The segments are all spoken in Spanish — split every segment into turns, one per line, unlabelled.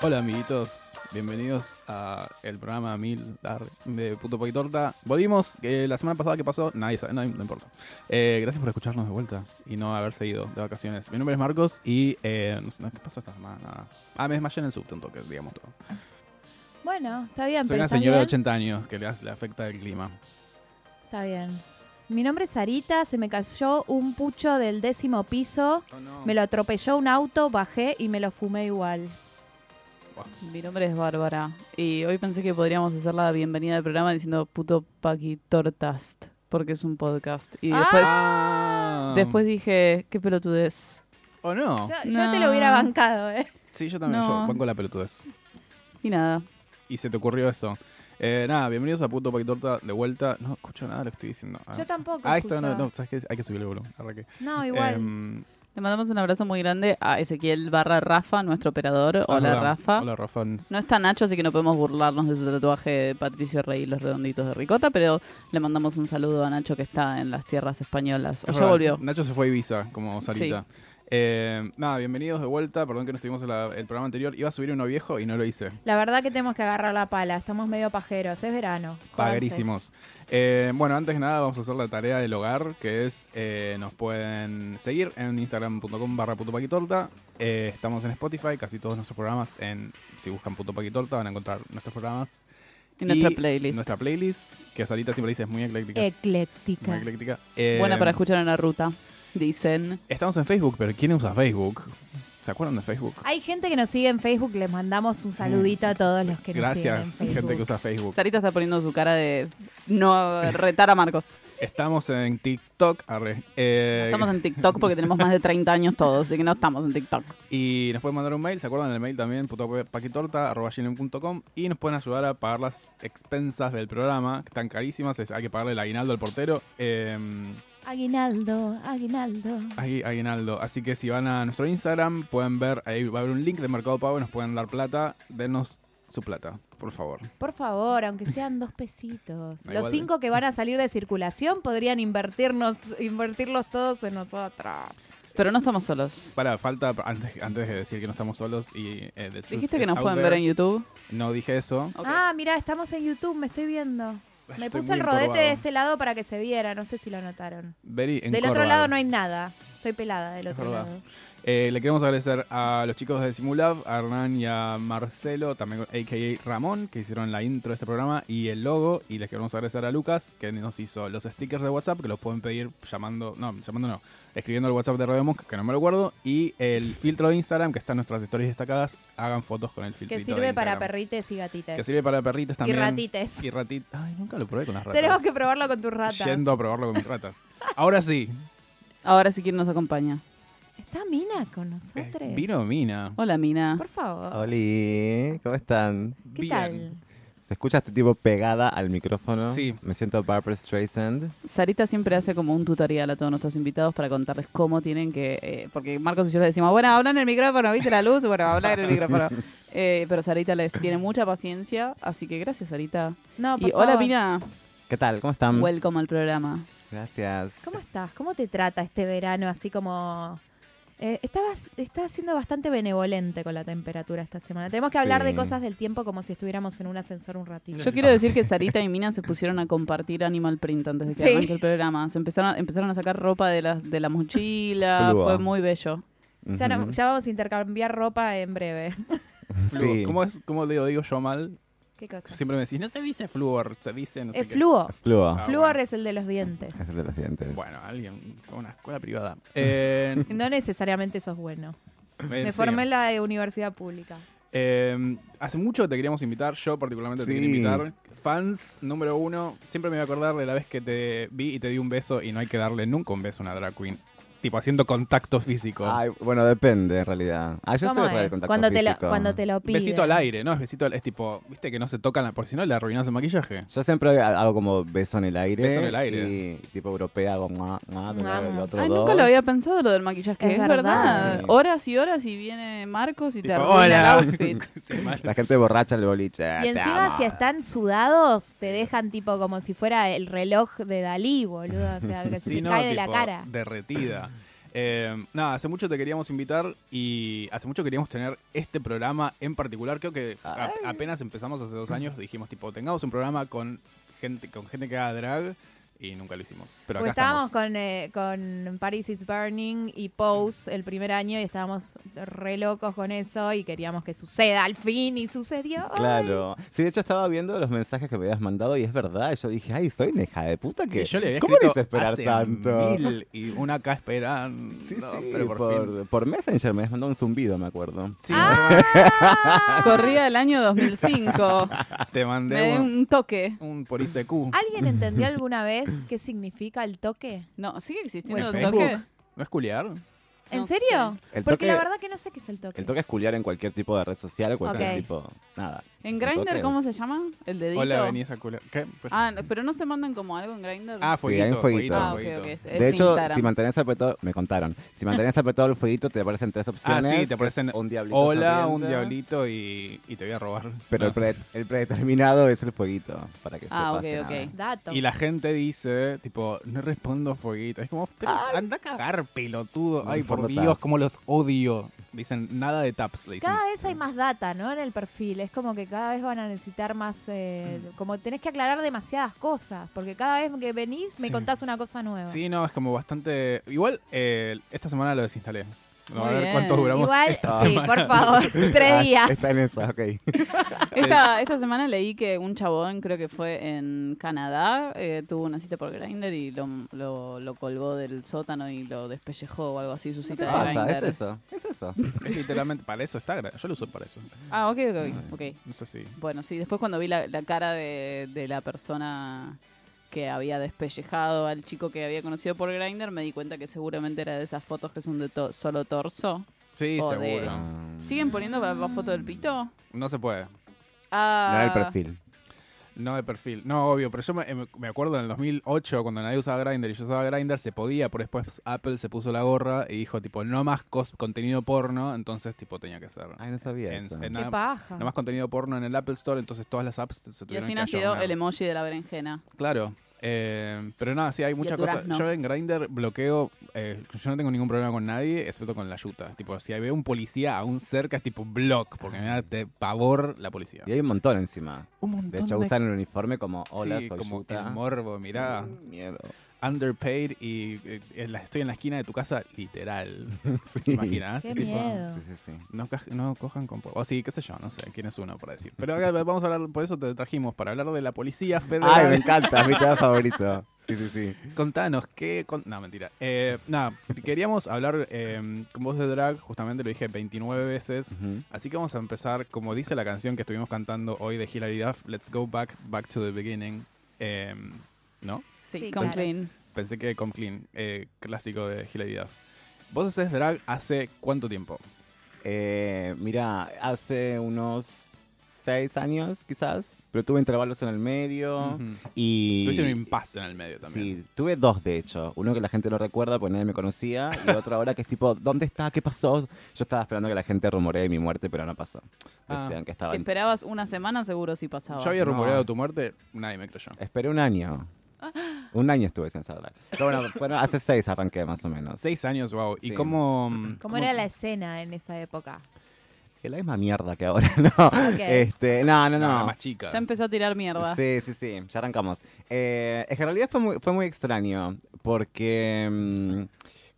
Hola amiguitos, bienvenidos a el programa 1000 dar- de Puto Poy Torta. Volvimos, eh, la semana pasada que pasó, nadie sabe, no, no importa. Eh, gracias por escucharnos de vuelta y no haberse ido de vacaciones. Mi nombre es Marcos y eh, no sé no, qué pasó esta semana. Nada. Ah, me desmayé en el subte un toque, digamos todo.
Bueno, está bien,
Soy
pero
una
¿estás
señora de
bien?
80 años que le, hace- le afecta el clima.
Está bien. Mi nombre es Sarita, se me cayó un pucho del décimo piso, me lo atropelló un auto, bajé y me lo fumé igual.
Mi nombre es Bárbara y hoy pensé que podríamos hacer la bienvenida al programa diciendo puto paqui tortast porque es un podcast y después
Ah.
después dije qué pelotudez.
¿O no?
Yo, yo te
No.
lo hubiera bancado, ¿eh?
Sí, yo también, yo
No.
banco la pelotudez.
Y nada.
Y se te ocurrió eso. Eh, nada, bienvenidos a Puto Paqui Torta de vuelta. No escucho nada de lo que estoy diciendo. Ah.
Yo tampoco.
Ah, esto no,
escuchaba.
no, ¿sabes qué? Hay que subirle el volumen. arre que-
No, igual.
Em,
Le mandamos un abrazo muy grande a Ezequiel barra Rafa, nuestro operador.
ah,
Hola
verdad.
Rafa.
Hola, Rafa.
No está Nacho, así que no podemos burlarnos de su tatuaje de Patricio Rey y los redonditos de ricota, pero le mandamos un saludo a Nacho que está en las tierras españolas.
Es
O ya
verdad,
volvió.
Nacho se fue a Ibiza, como Sarita. Em, nada, bienvenidos de vuelta. Perdón que no estuvimos en la- el programa anterior. Iba a subir uno viejo y no lo hice.
La verdad que tenemos que agarrar la pala, estamos medio pajeros, es verano. jódanse.
Paguerísimos. Eh, bueno, antes que nada vamos a hacer la tarea del hogar, que es eh, nos pueden seguir en instagram.com barra puto paquitorta. Eh, estamos en Spotify, casi todos nuestros programas. en Si buscan puto paquitorta van a encontrar nuestros programas.
Y nuestra playlist.
Nuestra playlist, que Sarita siempre dice es muy ecléctica.
Ecléctica.
muy ecléctica. Eh,
Buena para escuchar en la ruta, dicen.
Estamos en Facebook, pero ¿quién usa Facebook? ¿Se acuerdan de Facebook?
Hay gente que nos sigue en Facebook, les mandamos un saludito a todos los que nos
Gracias,
siguen
gente que
en Facebook.
usa Facebook.
Sarita está poniendo su cara de no retar a Marcos.
Estamos en TikTok. arre. Eh,
Estamos en TikTok porque tenemos más de 30 años todos, así que no estamos en TikTok.
Y nos pueden mandar un mail, ¿se acuerdan del mail también? putopaquitorta.com y nos pueden ayudar a pagar las expensas del programa, que están carísimas, es- hay que pagarle el aguinaldo al portero, eh,
Aguinaldo, aguinaldo.
hay aguinaldo. Así que si van a nuestro Instagram, pueden ver, ahí va a haber un link de Mercado Pago, nos pueden dar plata, denos su plata, por favor.
Por favor, aunque sean dos pesitos.
Da
Los
igual.
cinco que van a salir de circulación podrían invertirnos, invertirlos todos en nosotros.
Pero no estamos solos.
Para, falta, antes, antes de decir que no estamos solos y... eh, the truth
Dijiste que
is
nos
out
pueden
there.
ver en YouTube.
No dije eso.
Ok.
Ah, mira, estamos en YouTube, me estoy viendo. Me
Estoy
puse
muy
el rodete
encorvado.
de este lado para que se viera, no sé si lo notaron.
Very
Del otro
encorvado.
lado no hay nada. Soy pelada del otro
verdad.
lado.
Eh, le queremos agradecer a los chicos de Simulab, a Hernán y a Marcelo, también a.k.a. Ramón, que hicieron la intro de este programa y el logo. Y les queremos agradecer a Lucas, que nos hizo los stickers de WhatsApp, que los pueden pedir llamando, no, llamando no, escribiendo el WhatsApp de Radio Monk, que no me lo acuerdo. Y el filtro de Instagram, que está en nuestras historias destacadas, hagan fotos con el filtro
Que sirve para perrites y gatitas.
Que sirve para perritas
y
también.
ratites.
Y rati- Ay, nunca lo probé con las ratas.
Tenemos que probarlo con tus ratas.
Yendo a probarlo con mis ratas. Ahora sí.
Ahora sí, ¿quién nos acompaña?
¿Está Mina con
eh,
nosotros?
vino Mina.
Hola, Mina.
Por favor.
Oli, ¿cómo están?
¿Qué
Bien.
tal?
¿Se escucha este tipo pegada al micrófono?
Sí.
Me siento Barbara Streisand.
Sarita siempre hace como un tutorial a todos nuestros invitados para contarles cómo tienen que... eh, porque Marcos y yo les decimos, bueno, hablan en el micrófono, ¿viste la luz? Bueno, habla en el micrófono. Eh, pero Sarita les tiene mucha paciencia, así que gracias, Sarita.
No, por
Y hola,
favor.
Mina.
¿Qué tal? ¿Cómo están?
Welcome al programa.
Gracias.
¿Cómo estás? ¿Cómo te trata este verano así como Eh, estabas, estaba siendo bastante benevolente con la temperatura esta semana. Tenemos que hablar de
Sí.
cosas del tiempo como si estuviéramos en un ascensor un ratito.
Yo quiero decir que Sarita y Mina se pusieron a compartir Animal Print antes de que
Sí.
arranque el programa. Se empezaron, a- empezaron a sacar ropa de la, de la mochila.
Flúor.
Fue muy bello.
Ya, no- ya vamos a intercambiar ropa en breve.
Fluo.
Sí.
¿Cómo, es, ¿Cómo digo, digo yo mal?
¿Qué cosa?
Siempre me decís, no se dice flúor, se dice no sé
Es
qué.
fluo.
Flúor.
Ah,
Fluor es el de los dientes.
Es de los dientes.
Bueno, alguien fue a una escuela privada. Eh,
No necesariamente sos bueno.
me
Me formé en la eh, universidad pública.
Eh, hace mucho que te queríamos invitar, yo particularmente te
Sí.
quería invitar. Fans número uno, siempre me voy a acordar de la vez que te vi y te di un beso y no hay que darle nunca un beso a una drag queen. Tipo haciendo contacto físico.
Ay, bueno, depende en realidad. Ah, yo
¿Cómo
soy re
es?
del contacto
Cuando te lo-
físico.
cuando te lo piden.
besito al aire, ¿no? Es besito al, es tipo, viste que no se tocan, la- por si no le arruinas el maquillaje.
Yo siempre ha- hago como beso en el aire.
Beso en el aire.
Y tipo europea hago mua, mua, con
Mua.
el otro
Ay,
dos.
nunca lo había pensado lo del maquillaje.
Es
Es, verdad.
verdad. Sí.
Horas y horas y viene Marcos y te
Tipo,
arruina
"Hola".
el outfit.
Sí, mal.
La gente borracha el boliche.
Ah,
Y encima si están sudados, te dejan tipo como si fuera el reloj de Dalí, boludo. O sea, que se
Sí,
te
no,
cae de la
tipo,
cara.
Derretida. Eh, nada, hace mucho te queríamos invitar y hace mucho queríamos tener este programa en particular. Creo que a- apenas empezamos hace dos años, dijimos tipo, tengamos un programa con gente, con gente que haga drag y nunca lo hicimos. Pero
Porque
acá
Pues estábamos
estamos.
con, eh, con Paris is Burning y Pose el primer año y estábamos re locos con eso y queríamos que suceda al fin y sucedió.
Claro. Sí, de hecho estaba viendo los mensajes que me habías mandado y es verdad. Yo dije, ay, soy una hija de puta que.
Sí, yo le había
¿Cómo le
escrito
hice esperar
hace
tanto?
mil y una acá esperando,
Sí, sí,
pero por,
por,
fin.
por Messenger me habías mandado un zumbido, me acuerdo.
Sí,
Ah.
Corría el año 2005.
te
Me
mandé
dio
un,
un toque.
un por ICQ.
¿Alguien entendió alguna vez qué significa el toque?
No, sigue existiendo
¿En
el
Facebook?
toque.
¿No es culiar?
¿En
No
serio?
El
Porque la
toque-
verdad que no sé qué es el toque.
El toque es culiar en cualquier tipo de red social, cualquier
Ok.
tipo. Nada.
¿En
El
Grindr
toque
cómo
es-
se llama? ¿El dedito?
Hola, venís a culiar. ¿Qué? Pues-
Ah, no, pero no se mandan como algo en Grindr.
Ah,
Sí, hay
fueguito,
un fueguito.
Ah, ok,
fueguito.
ok, es- es
De hecho,
Instagram.
si mantenés apretado, me contaron, si mantenés apretado el fueguito te aparecen tres opciones.
Ah, sí,
que
te aparecen
es un diablito.
hola,
sonriendo,
un diablito y, y te voy a robar. Ah.
Pero
No.
el, pre- el predeterminado es el fueguito, para que
Ah,
sepas
ok,
que
ok.
nada.
Dato.
Y la gente dice, tipo, no respondo fueguito. Es como, pero anda a cagar, pelotudo.
No
Ay, por
respondo
Dios,
taps.
cómo los odio. Dicen, nada de taps, le dicen.
Cada vez hay más data, ¿no? En el perfil. Es como que cada vez van a necesitar más. eh,
Mm.
Como tenés que aclarar demasiadas cosas. Porque cada vez que venís me
Sí.
contás una cosa nueva.
Sí, no, es como bastante... Igual, eh, esta semana lo desinstalé. Vamos a
Muy
ver
bien.
cuánto duramos
Igual,
esta
sí,
semana.
por favor, tres
Ah,
días.
Está en esa, ok. Eh,
Esta, esta semana leí que un chabón, creo que fue en Canadá, eh, tuvo una cita por Grindr y lo, lo, lo colgó del sótano y lo despellejó o algo así, su
¿Qué
cita de
pasa? Es
Grindr.
eso, es eso.
Es literalmente, para eso está. gra- Yo lo uso para eso.
Ah, ok, ok, ok.
No sé si...
Bueno, sí, después cuando vi la, la cara de, de la persona que había despellejado al chico que había conocido por Grindr, me di cuenta que seguramente era de esas fotos que son de to- solo torso.
Sí,
O de-
seguro.
Mm.
¿Siguen poniendo la, la foto del pito?
No se puede.
Ah,
No era el perfil.
No de perfil, no, obvio, pero yo me, em, me acuerdo en el 2008 cuando nadie usaba Grindr y yo usaba Grindr, se podía, pero después Apple se puso la gorra y dijo, tipo, no más cos- contenido porno, entonces, tipo, tenía que ser.
Ah.
Ay, no sabía
en-
eso.
en
Qué
a-
paja.
no más contenido porno en el Apple Store, entonces todas las apps se
Y
tuvieron
así
que
nació
ayornar.
el em- emoji de la berenjena.
Claro. eh, pero nada, sí, hay muchas
el
cosas.
durazno.
Yo en Grindr bloqueo. eh, yo no tengo ningún problema con nadie, excepto con la yuta. Tipo, si veo un policía aún cerca, es tipo block, porque me da de pavor la policía.
Y hay un montón encima.
Un montón
De hecho,
de-
usan el uniforme como hola,
sí,
soy
como
Yuta.
el morbo, mirá.
Mm, Miedo.
underpaid y eh, en la- estoy en la esquina de tu casa, literal. ¿Te
Sí.
imaginas?
Qué
Tipo,
miedo.
Sí, sí, sí.
No, ca- no cojan con... po- O sí, qué sé yo, no sé quién es uno para decir. Pero acá vamos a hablar, por eso te trajimos, para hablar de la policía
Ay, me
federal.
encanta, mi tema favorito. Sí, sí, sí.
Contanos, ¿qué...? con- No, mentira. Eh, nada, queríamos hablar eh, con vos de drag, justamente lo dije 29 veces.
Ujú.
Así que vamos a empezar, como dice la canción que estuvimos cantando hoy de Hilary Duff, Let's Go Back, Back to the Beginning. Eh, ¿No?
Sí,
Sí,
con
claro.
clean.
Pensé que Come Clean, eh, clásico de Hilary Duff. ¿Vos haces drag hace cuánto tiempo?
Eh, mira, hace unos seis años quizás, pero tuve intervalos en el medio
Ujú.
y...
Tuviste un impasse en el medio también.
Sí, tuve dos de hecho. Uno que la gente no recuerda porque nadie me conocía y otro ahora que es tipo, ¿dónde está? ¿Qué pasó? Yo estaba esperando que la gente rumoree mi muerte, pero no pasó.
Ah.
Decían que estaba...
Si esperabas una semana, seguro sí pasaba.
Yo había rumoreado
No.
tu muerte, nadie me creyó.
Esperé un año. Un año estuve sin celular. Pero bueno, bueno, hace seis arranqué más o menos.
Seis años, wow.
Sí.
¿Y cómo, mm,
¿Cómo era la escena en esa época?
Es la misma mierda que ahora, ¿no? Este, no, no, no.
Ah, más chica.
Ya empezó a tirar mierda.
Sí, sí, sí, ya arrancamos. Eh, es que en realidad fue muy, fue muy extraño, porque mm,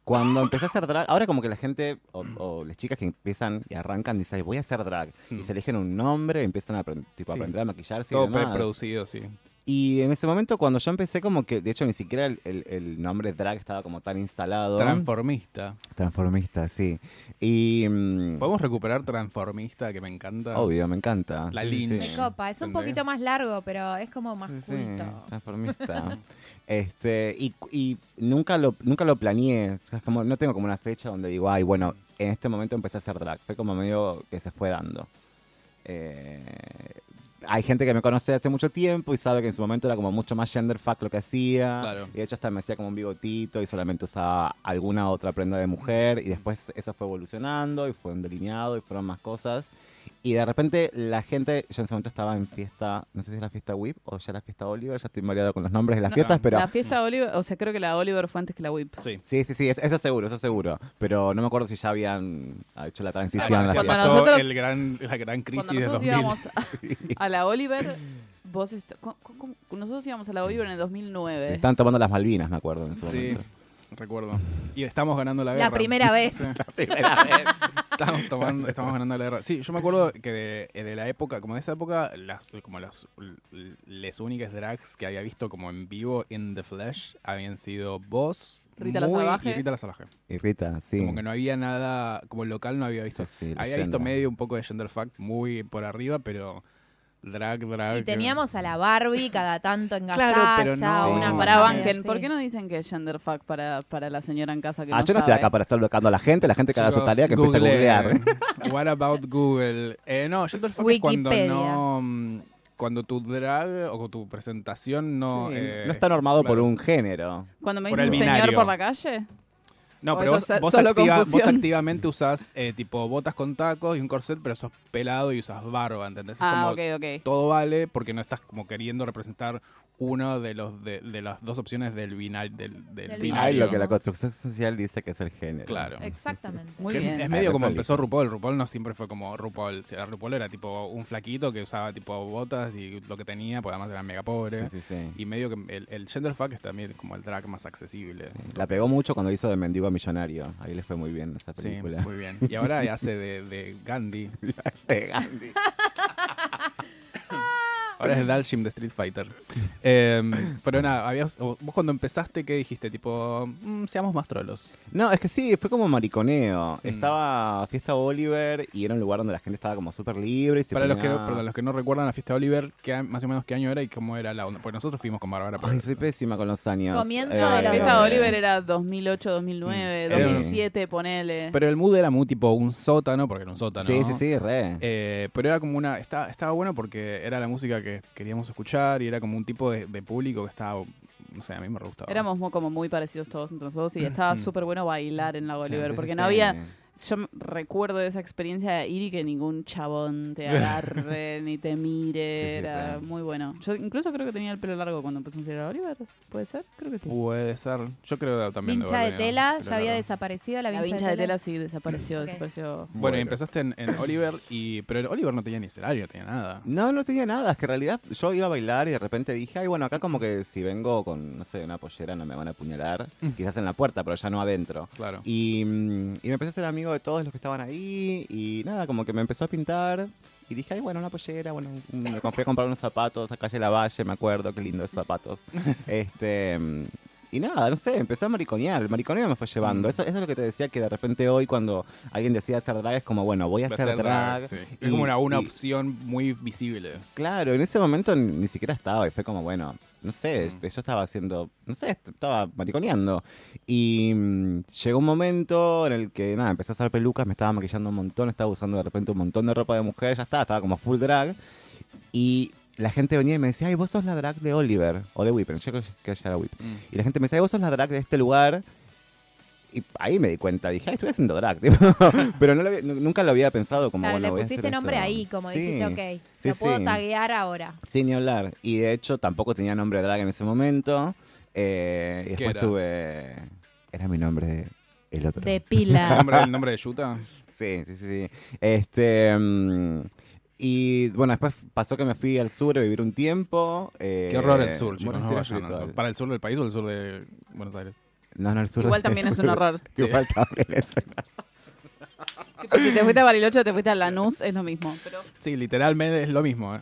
cuando empecé a hacer drag, ahora como que la gente, o, o las chicas que empiezan y arrancan, dicen, voy a hacer drag, y
Mm.
se eligen un nombre, empiezan a, aprend- tipo, a
Sí.
aprender a maquillarse y
Todo
demás.
preproducido, sí.
Y en ese momento cuando yo empecé como que, de hecho ni siquiera el, el- el nombre drag estaba como tan instalado.
Transformista.
Mm. Transformista, sí. Y... mm,
¿Podemos recuperar transformista, que me encanta?
Obvio, me encanta.
La
Sí,
línea.
sí.
Me copa. Es un
¿Entendés?
poquito más largo, pero es como más
Sí, sí,
culto.
transformista. este, y, y nunca lo, nunca lo planeé. O sea, es como, no tengo como una fecha donde digo, ay, bueno, en este momento empecé a hacer drag. Fue como medio que se fue dando. Eh, hay gente que me conoce hace mucho tiempo y sabe que en su momento era como mucho más genderfuck lo que hacía.
Claro.
Y de hecho hasta me hacía como un bigotito y solamente usaba alguna otra prenda de mujer. Y después eso fue evolucionando y fue un delineado y fueron más cosas. Y de repente la gente, yo en ese momento estaba en fiesta, no sé si es la fiesta WIP o ya la fiesta Oliver, ya estoy mareado con los nombres de las
No,
fiestas, pero...
La fiesta Oliver, o sea, creo que la Oliver fue antes que la WIP.
Sí.
Sí, sí, sí, es- eso seguro, eso seguro. Pero no me acuerdo si ya habían hecho la transición.
Cuando
las
Cuando
fiestas.
Ah, pasó
nosotros-
el gran, la gran crisis
Cuando
de
nosotros
2000.
íbamos a, a la Oliver, vos est- cu- cu- cu- nosotros íbamos a la Oliver en el 2009.
Se Estaban tomando las Malvinas, me acuerdo, en ese
Sí,
momento.
recuerdo. Y estamos ganando la guerra.
La primera vez.
Sí.
Primera vez.
Estamos, tomando, estamos ganando la guerra. Sí, yo me acuerdo que de, de la época, como de esa época, las, como las, les únicas drags que había visto como en vivo, in the flesh, habían sido vos,
Rita la
Muy
Salvaje.
y Rita la Salvaje.
Y Rita, sí.
Como que no había nada, como local no había visto.
Sí, sí,
había
leyenda.
visto medio un poco de gender fact muy por arriba, pero drag, drag.
Y teníamos a la Barbie cada tanto en
Claro,
Gazalla,
pero no-
una
Sí.
Para
cosa
Banken,
así.
¿por qué no dicen que es genderfuck para, para la señora en casa que
Ah,
no
yo no estoy
sabe?
acá para estar bloqueando a la gente, la gente que haga su
Chicos,
tarea que empiece a googlear.
googleen. What about Google? Eh, no, Genderfuck es cuando
Wikipedia.
no. mm, Cuando tu drag o tu presentación no.
Sí,
eh,
no está normado por
claro.
un género.
Cuando me
Por
dicen
el
señor
binario.
por la calle,
No,
o
pero
eso
vos,
es
vos
solo
activa- vos
confusión.
activamente usás eh, tipo botas con tacos y un corset, pero sos pelado y usás barba, ¿entendés? Es
ah,
como
ok, ok.
todo vale porque no estás como queriendo representar una de los de, de las dos opciones del binal del, del
Del
binario.
Ay, lo que la
¿no?
construcción social dice que es el género.
Claro.
Exactamente.
Muy
Que
bien.
Es
Ah, re
medio como
prolijo.
empezó RuPaul. RuPaul no siempre fue como RuPaul. O sea, RuPaul era tipo un flaquito que usaba tipo botas y lo que tenía, porque además era mega
Sí,
pobre.
sí, sí.
Y medio que el, el genderfuck es también como el drag más accesible.
La pegó mucho cuando hizo de mendigo a millonario. Ahí le fue muy bien esa
Sí,
película.
muy bien. Y ahora hace de, de Gandhi.
De Gandhi.
Ahora es Dalshim de Street Fighter. Em, pero nada, habías- vos cuando empezaste, ¿qué dijiste? Tipo, "Mm, seamos más trolos.
No, es que sí, fue como mariconeo.
Mm.
Estaba Fiesta Oliver y era un lugar donde la gente estaba como súper libre. y se
Para los que,
ponía-
perdón, los que no recuerdan la fiesta de Oliver, ¿qué, a- más o menos qué año era y cómo era la onda. Porque nosotros fuimos con Bárbara. pero-
Ay, soy pésima con los años.
Comienzo
No,
de
la
los
fiesta
Eh,
de Oliver era 2008, 2009,
Sí.
2007, ponele.
Pero el mood era muy tipo un sótano, porque era un sótano.
Sí, sí, sí, re.
Eh, pero era como una. Estaba, estaba bueno porque era la música que queríamos escuchar y era como un tipo de, de público que estaba. No sé, a mí me re gustaba.
Éramos mu- como muy parecidos todos entre nosotros y estaba súper bueno bailar en la
Sí,
Oliver
sí,
porque
sí,
no
sí.
había... Yo m- recuerdo esa experiencia de ir y que ningún chabón te agarre ni te mire.
Sí, sí,
Era
claro.
muy bueno. Yo incluso creo que tenía el pelo largo cuando empezó a ser Oliver. ¿Puede ser? Creo que sí.
Puede ser. Yo creo también.
Vincha
haber
de
venido,
tela,
pero
ya había
claro.
desaparecido la
la
vincha,
vincha de tela sí desapareció,
Ok.
desapareció.
Bueno, y empezaste en, en Oliver, y pero el Oliver no tenía ni escenario, no tenía nada.
No, no tenía nada. Es que en realidad yo iba a bailar y de repente dije, ay, bueno, acá como que si vengo con, no sé, una pollera no me van a apuñalar.
Mm.
Quizás en la puerta, pero ya no adentro.
Claro.
Y, mm, y me empecé a ser amigo de todos los que estaban ahí y nada, como que me empezó a pintar. Y dije, ay, bueno, una pollera, bueno, un- me compré a comprar unos zapatos a Calle Lavalle, me acuerdo, qué lindos zapatos. este mm, Y nada, no sé, empecé a mariconear, el mariconeo me fue llevando.
Mm.
Eso, eso es lo que te decía, que de repente hoy cuando alguien decía hacer drag, es como, bueno, voy a hacer, drag.
sí.
y-
es como una, una
y-
opción muy visible.
Claro, en ese momento ni ni siquiera estaba y fue como, bueno, no sé, este, yo estaba haciendo, no sé, est- estaba mariconeando. Y mm, llegó un momento en el que, nada, empecé a usar pelucas, me estaba maquillando un montón, estaba usando de repente un montón de ropa de mujer, ya estaba, estaba como full drag. Y la gente venía y me decía, ay, vos sos la drag de Oliver, o de Whippen, yo creo que ya era Whip. Y la gente me decía, "Ay, vos sos la drag de este lugar. Y ahí me di cuenta, dije, ay, estoy haciendo drag, tipo. pero no lo había- nu- nunca lo había pensado como,
Claro,
bueno,
le
voy a hacer
pusiste nombre
esto".
ahí, como
Sí.
dijiste, ok,
Sí,
lo puedo
sí.
taguear ahora.
Sin ni hablar. Y de hecho tampoco tenía nombre de drag en ese momento. Eh, y
¿Qué
después
era?
tuve. Era mi nombre de- el otro.
De pila.
¿Nombre- el nombre de Yuta?
Sí, sí, sí, sí. Este. mm, y bueno, después pasó que me fui al sur a vivir un tiempo. eh,
Qué horror el sur, chicos.
monasterio
no vayan al-
espiritual.
¿Para el sur del país o el sur de Buenos Aires?
No, no, el sur
Igual
del
también es
sur.
un horror. Sí.
Igual también es un horror.
Si te fuiste a Bariloche o te fuiste a Lanús, es lo mismo. Pero
Sí, literalmente es lo mismo. ¿eh?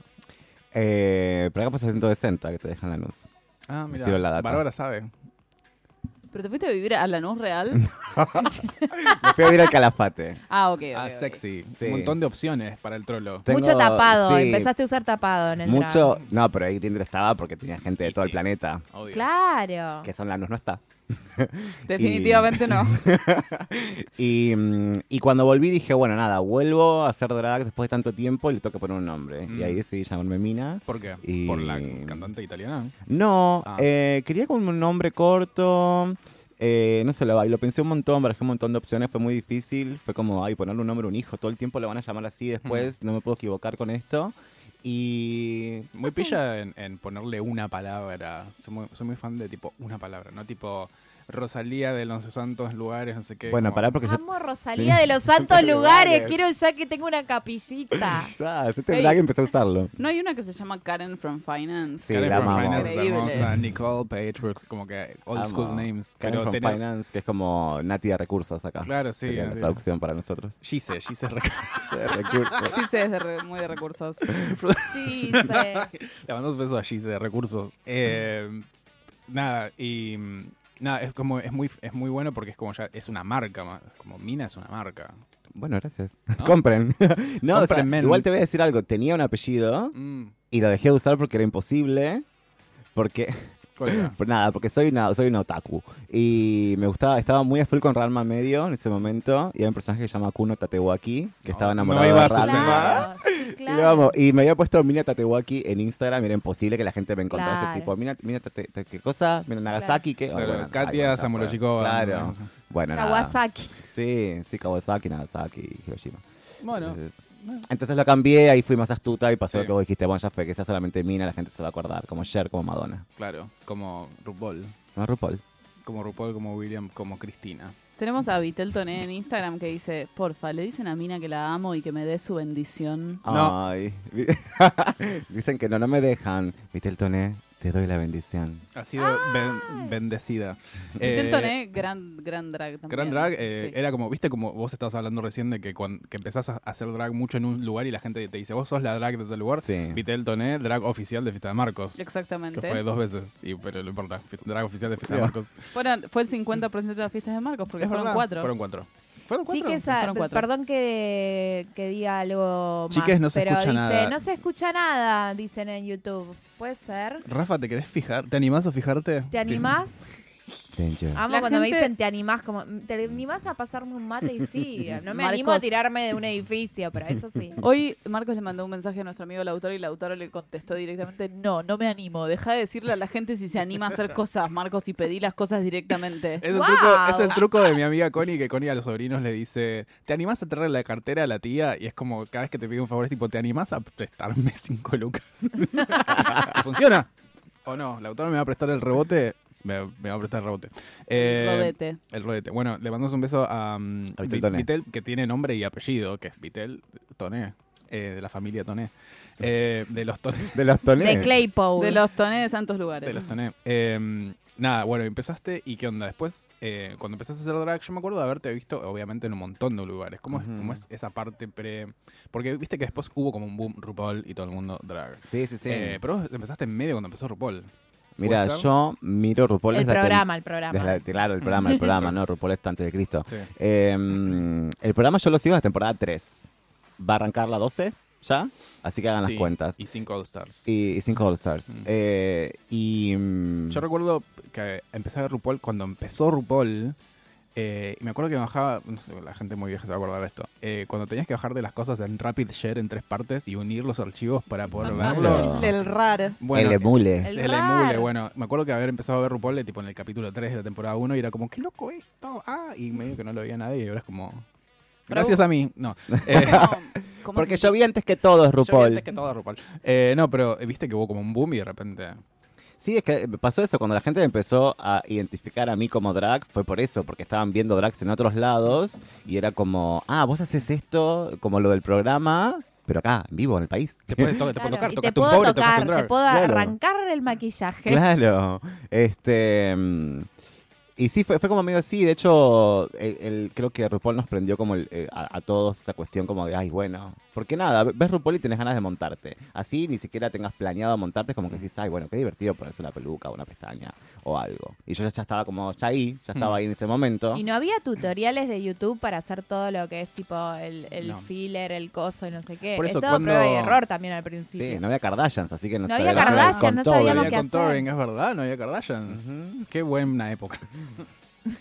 Eh, pero acá pasa 160 que te dejan la luz.
Ah,
Me
mira.
tiro la data.
Bárbara sabe.
¿Pero te fuiste a vivir a Lanús real?
Me fui a vivir al calafate.
Ah, ok. ok,
Ah,
ok.
sexy.
Sí.
Un montón de opciones para el trolo.
Tengo-
Mucho tapado.
sí.
Empezaste a usar tapado en el
Mucho.
drama.
No, pero ahí Grindr estaba porque tenía gente de todo el planeta.
Obvio.
Claro.
Que son Lanús no está.
Definitivamente no.
Y, mm, y cuando volví dije, bueno, nada, vuelvo a hacer drag después de tanto tiempo y le toca poner un nombre.
Mm.
Y ahí decidí llamarme Mina.
¿Por qué?
Y-
Por la cantante italiana.
No,
Ah.
eh, quería con un nombre corto. eh, no se lo va. Y lo pensé un montón, barajé un montón de opciones, fue muy difícil. Fue como, ay, ponerle un nombre a un hijo, todo el tiempo lo van a llamar así después, no me puedo equivocar con esto. Y.
Muy pilla en, en ponerle una palabra. Soy muy, soy muy fan de tipo una palabra, no tipo Rosalía de los Santos Lugares, no sé qué.
Bueno,
como-
pará porque yo.
Amo Rosalía de los Santos Lugares.
Lugares.
Quiero ya que tengo una capillita.
Ya, hacete
Ey.
Este drag y empecé a usarlo.
¿No hay una que se llama Karen from Finance?
Sí,
Karen
la
from
amamos.
Finance es
Increíble.
hermosa, Nicole Pagebrooks, como que old
Amo.
school names.
Karen
pero
from
tener-
Finance, que es como Nati de recursos acá.
Claro, sí,
Sería la
Nati.
traducción para nosotros.
Gise, Gise es re-
De recursos.
Sí, sé, es de re- muy de recursos.
Sí, sí.
Le mando un beso a Gise de recursos. Eh, nada, y mm, nada, es como es muy es muy bueno porque es como ya es una marca más, como Mina es una marca.
Bueno, gracias. Compren. no, o sea,
Compren, men.
igual te voy a decir algo. Tenía un apellido
Mm,
y lo dejé de usar porque era imposible. Porque,
¿cuál era?
por nada, porque soy una, soy una otaku. Y me gustaba, estaba muy a full con Ranma medio en ese momento. Y hay un personaje que se llama Kuno Tatewaki, que
No,
estaba
no
enamorado
iba
de
a suceder.
Ranma.
Claro, sí,
Y,
claro.
lo amo. Y me había puesto Mina Tatewaki en Instagram. y Era imposible que la gente me encontrase.
Claro.
Tipo, Mina, Mina Tate- Tate- ¿qué cosa? Mina Nagasaki, ¿qué? Oh,
Claro,
bueno,
Katia
ay, bueno, ya
Samolochikova,
fue.
no
Claro.
sé.
Bueno, nada.
Kawasaki.
Sí, sí, Kawasaki, Nagasaki, Hiroshima.
Bueno,
Entonces, entonces lo cambié, ahí fui más astuta y
Sí.
pasó lo que vos dijiste, bueno, ya fue, que sea solamente Mina, la gente se va a acordar, como Cher, como Madonna,
claro, como RuPaul,
como RuPaul.
como RuPaul, como William, como Cristina.
Tenemos a Vitel Toné en Instagram que dice, porfa, le dicen a Mina que la amo y que me dé su bendición.
No.
Ay. Dicen que no, no me dejan. Viste el toné, te doy la bendición.
Ha sido ben- bendecida.
Vitel
Eh,
Toné, gran, gran drag también.
Gran drag eh,
Sí.
era como, viste, como vos estabas hablando recién de que, cuan- que empezás a hacer drag mucho en un lugar y la gente te dice, vos sos la drag de tal lugar.
Sí.
Vitel Toné, drag oficial de Fiesta de Marcos. Que
Exactamente.
fue dos veces, y, pero no importa. fi- Drag oficial de Fiesta de Marcos.
Fueron- fue el 50% de las fiestas de Marcos, porque
Es
fueron
verdad,
cuatro.
Fueron cuatro. ¿Fueron cuatro?
Chiques,
Sí, fueron
ah,
cuatro.
perdón que, que diga algo más,
Chiques, no se
pero
escucha
dice,
nada.
no se escucha nada, dicen en YouTube. ¿Puede ser?
Rafa, ¿te querés fijar? ¿Te animás a fijarte?
¿Te
Sí, sí.
animás?
Danger.
Amo
La
cuando me
gente-
dicen te animás, como, "Mm, ¿te animás a pasarme un mate? Y sí, eh, no me animo
Marcos.
a tirarme de un edificio, pero eso sí.
Hoy Marcos le mandó un mensaje a nuestro amigo el autor y el autor le contestó directamente, no, no me animo, deja de decirle a la gente si se anima a hacer cosas, Marcos, y pedí las cosas directamente.
Es el,
¡Guau!
truco, es el truco de mi amiga Connie, que Connie a los sobrinos le dice, ¿te animás a traer la cartera a la tía? Y es como, cada vez que te pide un favor, es tipo, ¿te animás a prestarme cinco lucas? ¿Funciona? ¿O no? La autora me va a prestar el rebote. Me, me va a prestar el rebote. Eh,
Rodete.
El rodete. Bueno, le mandamos un beso a, um,
A Vitel
Vi-
Toné.
Vitel, que tiene nombre y apellido, que es Vitel Toné, eh, de la familia Toné. Eh, de los Toné.
De los tonés.
De Claypole.
De los tonés de santos lugares.
De los Toné. Eh, nada, bueno, empezaste y qué onda. Después, eh, cuando empezaste a hacer drag, yo me acuerdo de haberte visto, obviamente, en un montón de lugares. ¿Cómo, es,
Ujú.
cómo es esa parte pre...? Porque viste que después hubo como un boom RuPaul y todo el mundo drag.
Sí, sí, sí.
Eh, pero vos empezaste en medio cuando empezó RuPaul.
Mira,
¿puede ser?
yo miro RuPaul
el
desde la tem-
programa, el programa.
desde la- claro, el programa, el programa, no, RuPaul es antes de Cristo.
Sí.
Eh, el programa yo lo sigo hasta temporada 3. Va a arrancar la 12 ya, así que hagan
Sí,
las cuentas.
Y cinco All Stars.
Y, y cinco All Stars.
Mm.
Eh, y. mm,
Yo recuerdo que empecé a ver RuPaul cuando empezó RuPaul. eh, y me acuerdo que bajaba, no sé, la gente muy vieja se va a acordar de esto, eh, cuando tenías que bajar de las cosas en Rapid Share en tres partes y unir los archivos para poder verlo.
Claro.
El rar.
Bueno,
el emule.
El
El
rar.
emule, bueno, me acuerdo que haber empezado a ver RuPaul eh, tipo en el capítulo 3 de la temporada 1 y era como, qué loco esto, ah, y medio que no lo veía nadie y ahora es como, gracias a mí, no. Eh,
¿Cómo
Porque
se-
yo vi antes que todos,
yo vi
RuPaul.
antes que todo RuPaul. Eh, no, pero eh, viste que hubo como un boom y de repente,
Sí, es que pasó eso, cuando la gente me empezó a identificar a mí como drag, fue por eso, porque estaban viendo drags en otros lados y era como, ah, vos haces esto, como lo del programa, pero acá, en vivo, en el país. Te
puedes to- te puedo tocar,
Y te
tocaste un
puedo
pobre, tocaste
tocar,
un
te
drag.
puedo
Claro.
arrancar el maquillaje.
Claro. Este. mm, Y sí, fue, fue como medio así. De hecho, el, el- creo que RuPaul nos prendió como el- eh, a, a todos esa cuestión como de, ay, bueno. Porque nada, ves RuPaul y tenés ganas de montarte. Así ni siquiera tengas planeado montarte, es como que decís, ay, bueno, qué divertido ponerse una peluca, una pestaña o algo. Y yo ya, ya estaba como, ya ahí, ya estaba ahí en ese momento.
Mm. Y no había tutoriales de YouTube para hacer todo lo que es tipo el, el
No.
filler, el coso y no sé qué.
Por eso
es todo
cuando-
prueba y error también al principio.
Sí, no había Kardashians, así que no,
No había
sabía-
Kardashian,
con
no
todo.
sabíamos
había
qué hacer.
contouring, es verdad, no había Kardashians. Qué buena época.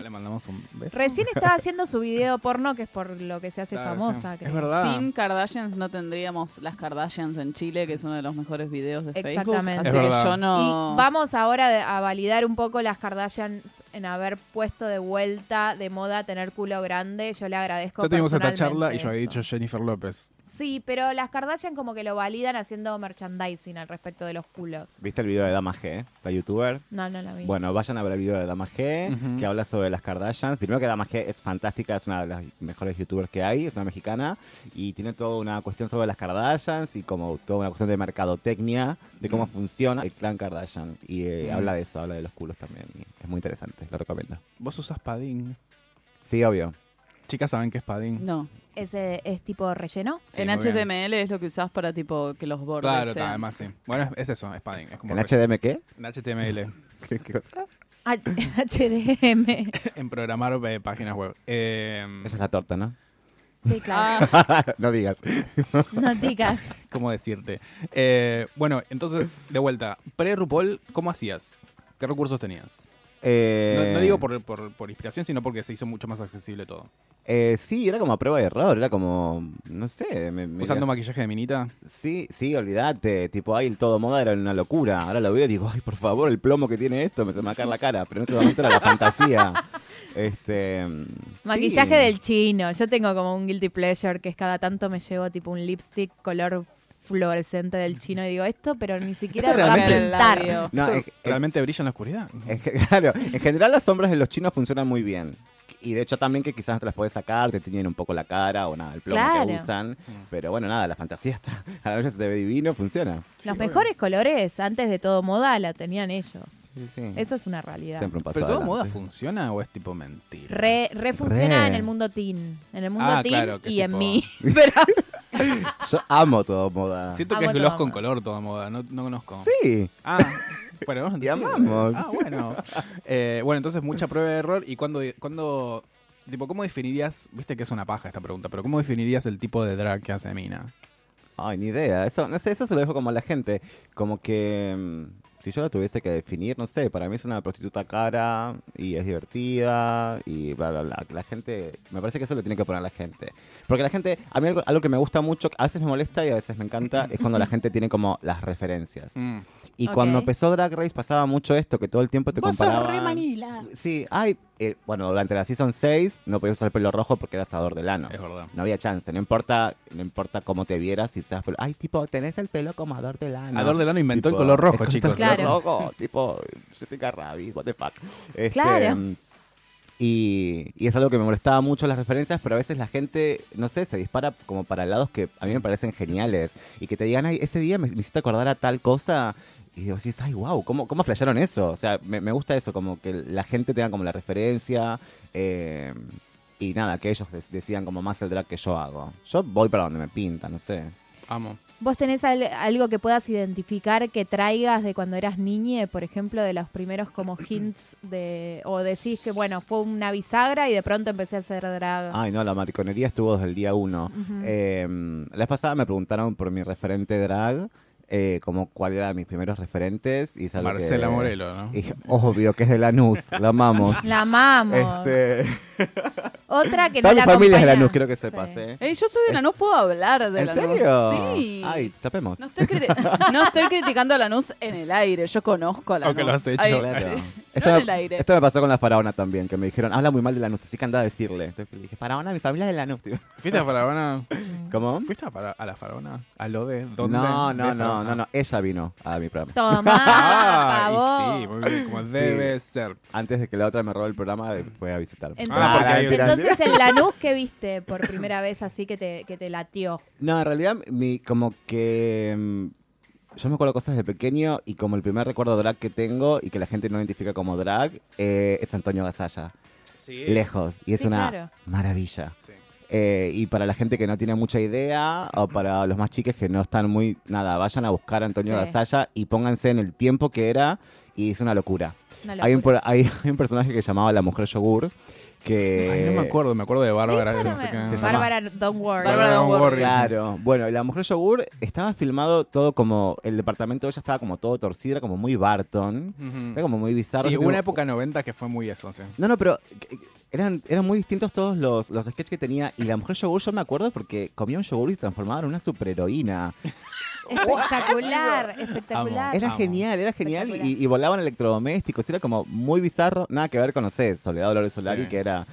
Le mandamos un beso.
Recién estaba haciendo su video porno, que es por lo que se hace
Claro,
famosa.
sí.
creo.
Sin Kardashians no tendríamos las Kardashians en Chile, que es uno de los mejores videos de Facebook.
Exactamente.
Así que yo no.
Y vamos ahora de- a validar un poco las Kardashians en haber puesto de vuelta de moda tener culo grande. Yo le agradezco.
Ya tuvimos esta charla y
personalmente
yo había dicho Jennifer López.
Sí, pero las Kardashian como que lo validan haciendo merchandising al respecto de los culos.
¿Viste el video de Dama G, la youtuber?
No, no la vi.
Bueno, vayan a ver el video de Dama G, que habla sobre las Kardashians. Primero que Dama G es fantástica, es una de las mejores youtubers que hay, es una mexicana, y tiene toda una cuestión sobre las Kardashians y como toda una cuestión de mercadotecnia, de cómo funciona el clan Kardashian. Y eh,
Mm.
habla de eso, habla de los culos también. y es muy interesante, lo recomiendo.
Vos usas padding.
Sí, obvio.
Chicas saben qué es padding.
No.
¿Ese es tipo relleno?
Sí,
en
muy bien.
HTML es lo que usás para tipo que los bordes.
Claro,
sean-
ta, además sí. Bueno, es- es eso, es padding. Es como
¿En HDM qué?
En HTML.
¿Qué, cosa?
HDM.
en programar eh, páginas web. Eh,
Esa es la torta, ¿no?
Sí, claro.
no digas.
Ah. No digas.
¿Cómo decirte? Eh, bueno, entonces, de vuelta. Pre-RuPaul, ¿cómo hacías? ¿Qué recursos tenías?
Eh,
No, no digo por, por- por inspiración, sino porque se hizo mucho más accesible todo.
Eh, sí, era como a prueba de error, era como, no sé. me- me-
¿Usando maquillaje de minita?
Sí, sí, olvídate. Tipo, ahí el todo moda era una locura. Ahora lo veo y digo, ay, por favor, el plomo que tiene esto, me se me va a caer la cara. Pero en ese momento era la fantasía. Este. mm,
Maquillaje
sí.
del chino. Yo tengo como un guilty pleasure que es cada tanto me llevo tipo un lipstick color fluorescente del chino y digo esto, pero ni siquiera
Esto
va a
realmente-
pintar.
No,
Esto
es-
realmente brilla en la oscuridad.
En ge- claro, en general las sombras de los chinos funcionan muy bien. Y de hecho también que quizás te las puedes sacar, te tiñen un poco la cara o nada, el plomo que
Claro.
usan.
Mm.
Pero bueno, nada, la fantasía está. A la noche se te ve divino, funciona.
Los mejores colores antes de todo moda la tenían ellos.
Sí, sí.
Eso es una realidad.
Siempre un paso
¿Pero todo
adelante.
moda funciona o es tipo mentira?
Re, re funciona
Re.
en el mundo teen. En el mundo
Ah,
teen
claro, que
y
tipo-
en mí.
Yo amo todo moda.
Siento que
Amo
es gloss
todo
con color toda moda, no, no conozco.
Ah. Sí.
Ah, bueno,
Y
sí.
amamos.
Ah, bueno. Eh, bueno, entonces mucha prueba de error. ¿Y cuando, cuando, tipo, cómo definirías, viste que es una paja esta pregunta, pero cómo definirías el tipo de drag que hace Mina?
Ay, ni idea. Eso, no sé, eso se lo dejo como a la gente. Como que mm, si yo lo tuviese que definir, no sé, para mí es una prostituta cara y es divertida y bla, bla, bla. La gente, me parece que eso lo tiene que poner la gente. Porque la gente, a mí algo, algo que me gusta mucho, a veces me molesta y a veces me encanta, es cuando la gente tiene como las referencias.
Mm.
Y
Ok.
cuando empezó Drag Race pasaba mucho esto, que todo el tiempo te comparaban.
Manila.
Sí, ay, eh, bueno, durante la season 6 no podías usar pelo rojo porque era asador del ano.
Es verdad.
No había chance, no importa, no importa cómo te vieras, si seas pelo. Ay, tipo, tenés el pelo como Ador Delano.
Ador Delano inventó el
Tipo,
color rojo,
es
chicos.
El color
Claro.
rojo, tipo, Jessica Rabbit, what the fuck. Este,
Claro.
Y, y es algo que me molestaba mucho las referencias, pero a veces la gente, no sé, se dispara como para lados que a mí me parecen geniales. Y que te digan, ay, ese día me, me hiciste acordar a tal cosa. Y digo, sí, ay, wow, ¿cómo, cómo flashearon eso? O sea, me, me gusta eso, como que la gente tenga como la referencia. eh, y nada, que ellos dec- decían como más el drag que yo hago. Yo voy para donde me pinta, no sé.
Amo.
¿Vos tenés al- algo que puedas identificar que traigas de cuando eras niñe, por ejemplo, de los primeros como hints de o decís que bueno, fue una bisagra y de pronto empecé a hacer drag?
Ay, no, la mariconería estuvo desde el día uno.
Ujú.
Eh, la vez pasada me preguntaron por mi referente drag, eh, como cuál eran mis primeros referentes. Y es algo que-
Marcela Morelo, ¿no?
Y dije, obvio que es de Lanús, la amamos.
La amamos.
Este,
Otra que no
Toda mi
la
familia es de
acompaña.
Lanús, creo que sepas, ¿eh?
Eh, yo soy de Lanús, puedo hablar de
¿En
Lanús.
serio?
Sí.
Ay, tapemos.
No estoy, criti- no estoy criticando a Lanús en el aire, yo conozco a Lanús.
Aunque lo has hecho.
Ay,
Claro.
sí.
Esto,
no en el
me,
aire.
esto me pasó con la faraona también, que me dijeron, habla muy mal de Lanús, así que anda a decirle. Entonces le dije, faraona, mi familia es de Lanús, tío.
¿Fuiste a Faraona?
Mm.
¿Cómo?
¿Fuiste a, Fara- a la Faraona? ¿A lo de dónde?
No, no,
de
no, no,
Faraona?
no, ella vino a mi programa.
Tomá,
Ah, y sí,
pavón.
muy bien, como
Sí.
debe ser.
Antes de que la otra me robe el programa, eh, fue a visitarme.
Entonces,
Ah, porque hay-
mentira, mentira.
Entonces el Lanús que viste por primera vez así que te, que te latió.
No, en realidad, mi, como que. mm, Yo me acuerdo cosas de pequeño y como el primer recuerdo drag que tengo y que la gente no identifica como drag eh, es Antonio Gasalla.
Sí.
Lejos. Y es
Sí,
una
claro.
maravilla. Eh, y para la gente que no tiene mucha idea o para los más chiques que no están muy. Nada, vayan a buscar a Antonio
Sí.
Gasalla y pónganse en el tiempo que era y es una locura.
Una
Hay, un,
locura.
pro- hay, hay un personaje que llamaba La Mujer Yogur que.
Ay, no me acuerdo, me acuerdo de Bárbara. no sé qué.
Se llama-
Bárbara, don't worry.
Bárbara Don't Worry. Worry.
Claro. Bueno, La Mujer Yogur estaba filmado todo como. El departamento de ella estaba como todo torcido, era como muy Barton.
Ujú.
Era como muy bizarro.
Sí,
Yo
hubo una
tengo-
época 90 que fue muy eso, sí.
No, no, pero eh, eran, eran muy distintos todos los, los sketches que tenía. Y La Mujer Yogur, yo me acuerdo porque comía un yogur y se transformaba en una superheroína.
Espectacular, espectacular.
Ah.
Era genial, era genial. Y, y volaban electrodomésticos. Era como muy bizarro. Nada que ver con, no sé, Soledad Dolores Solari,
Sí.
que era.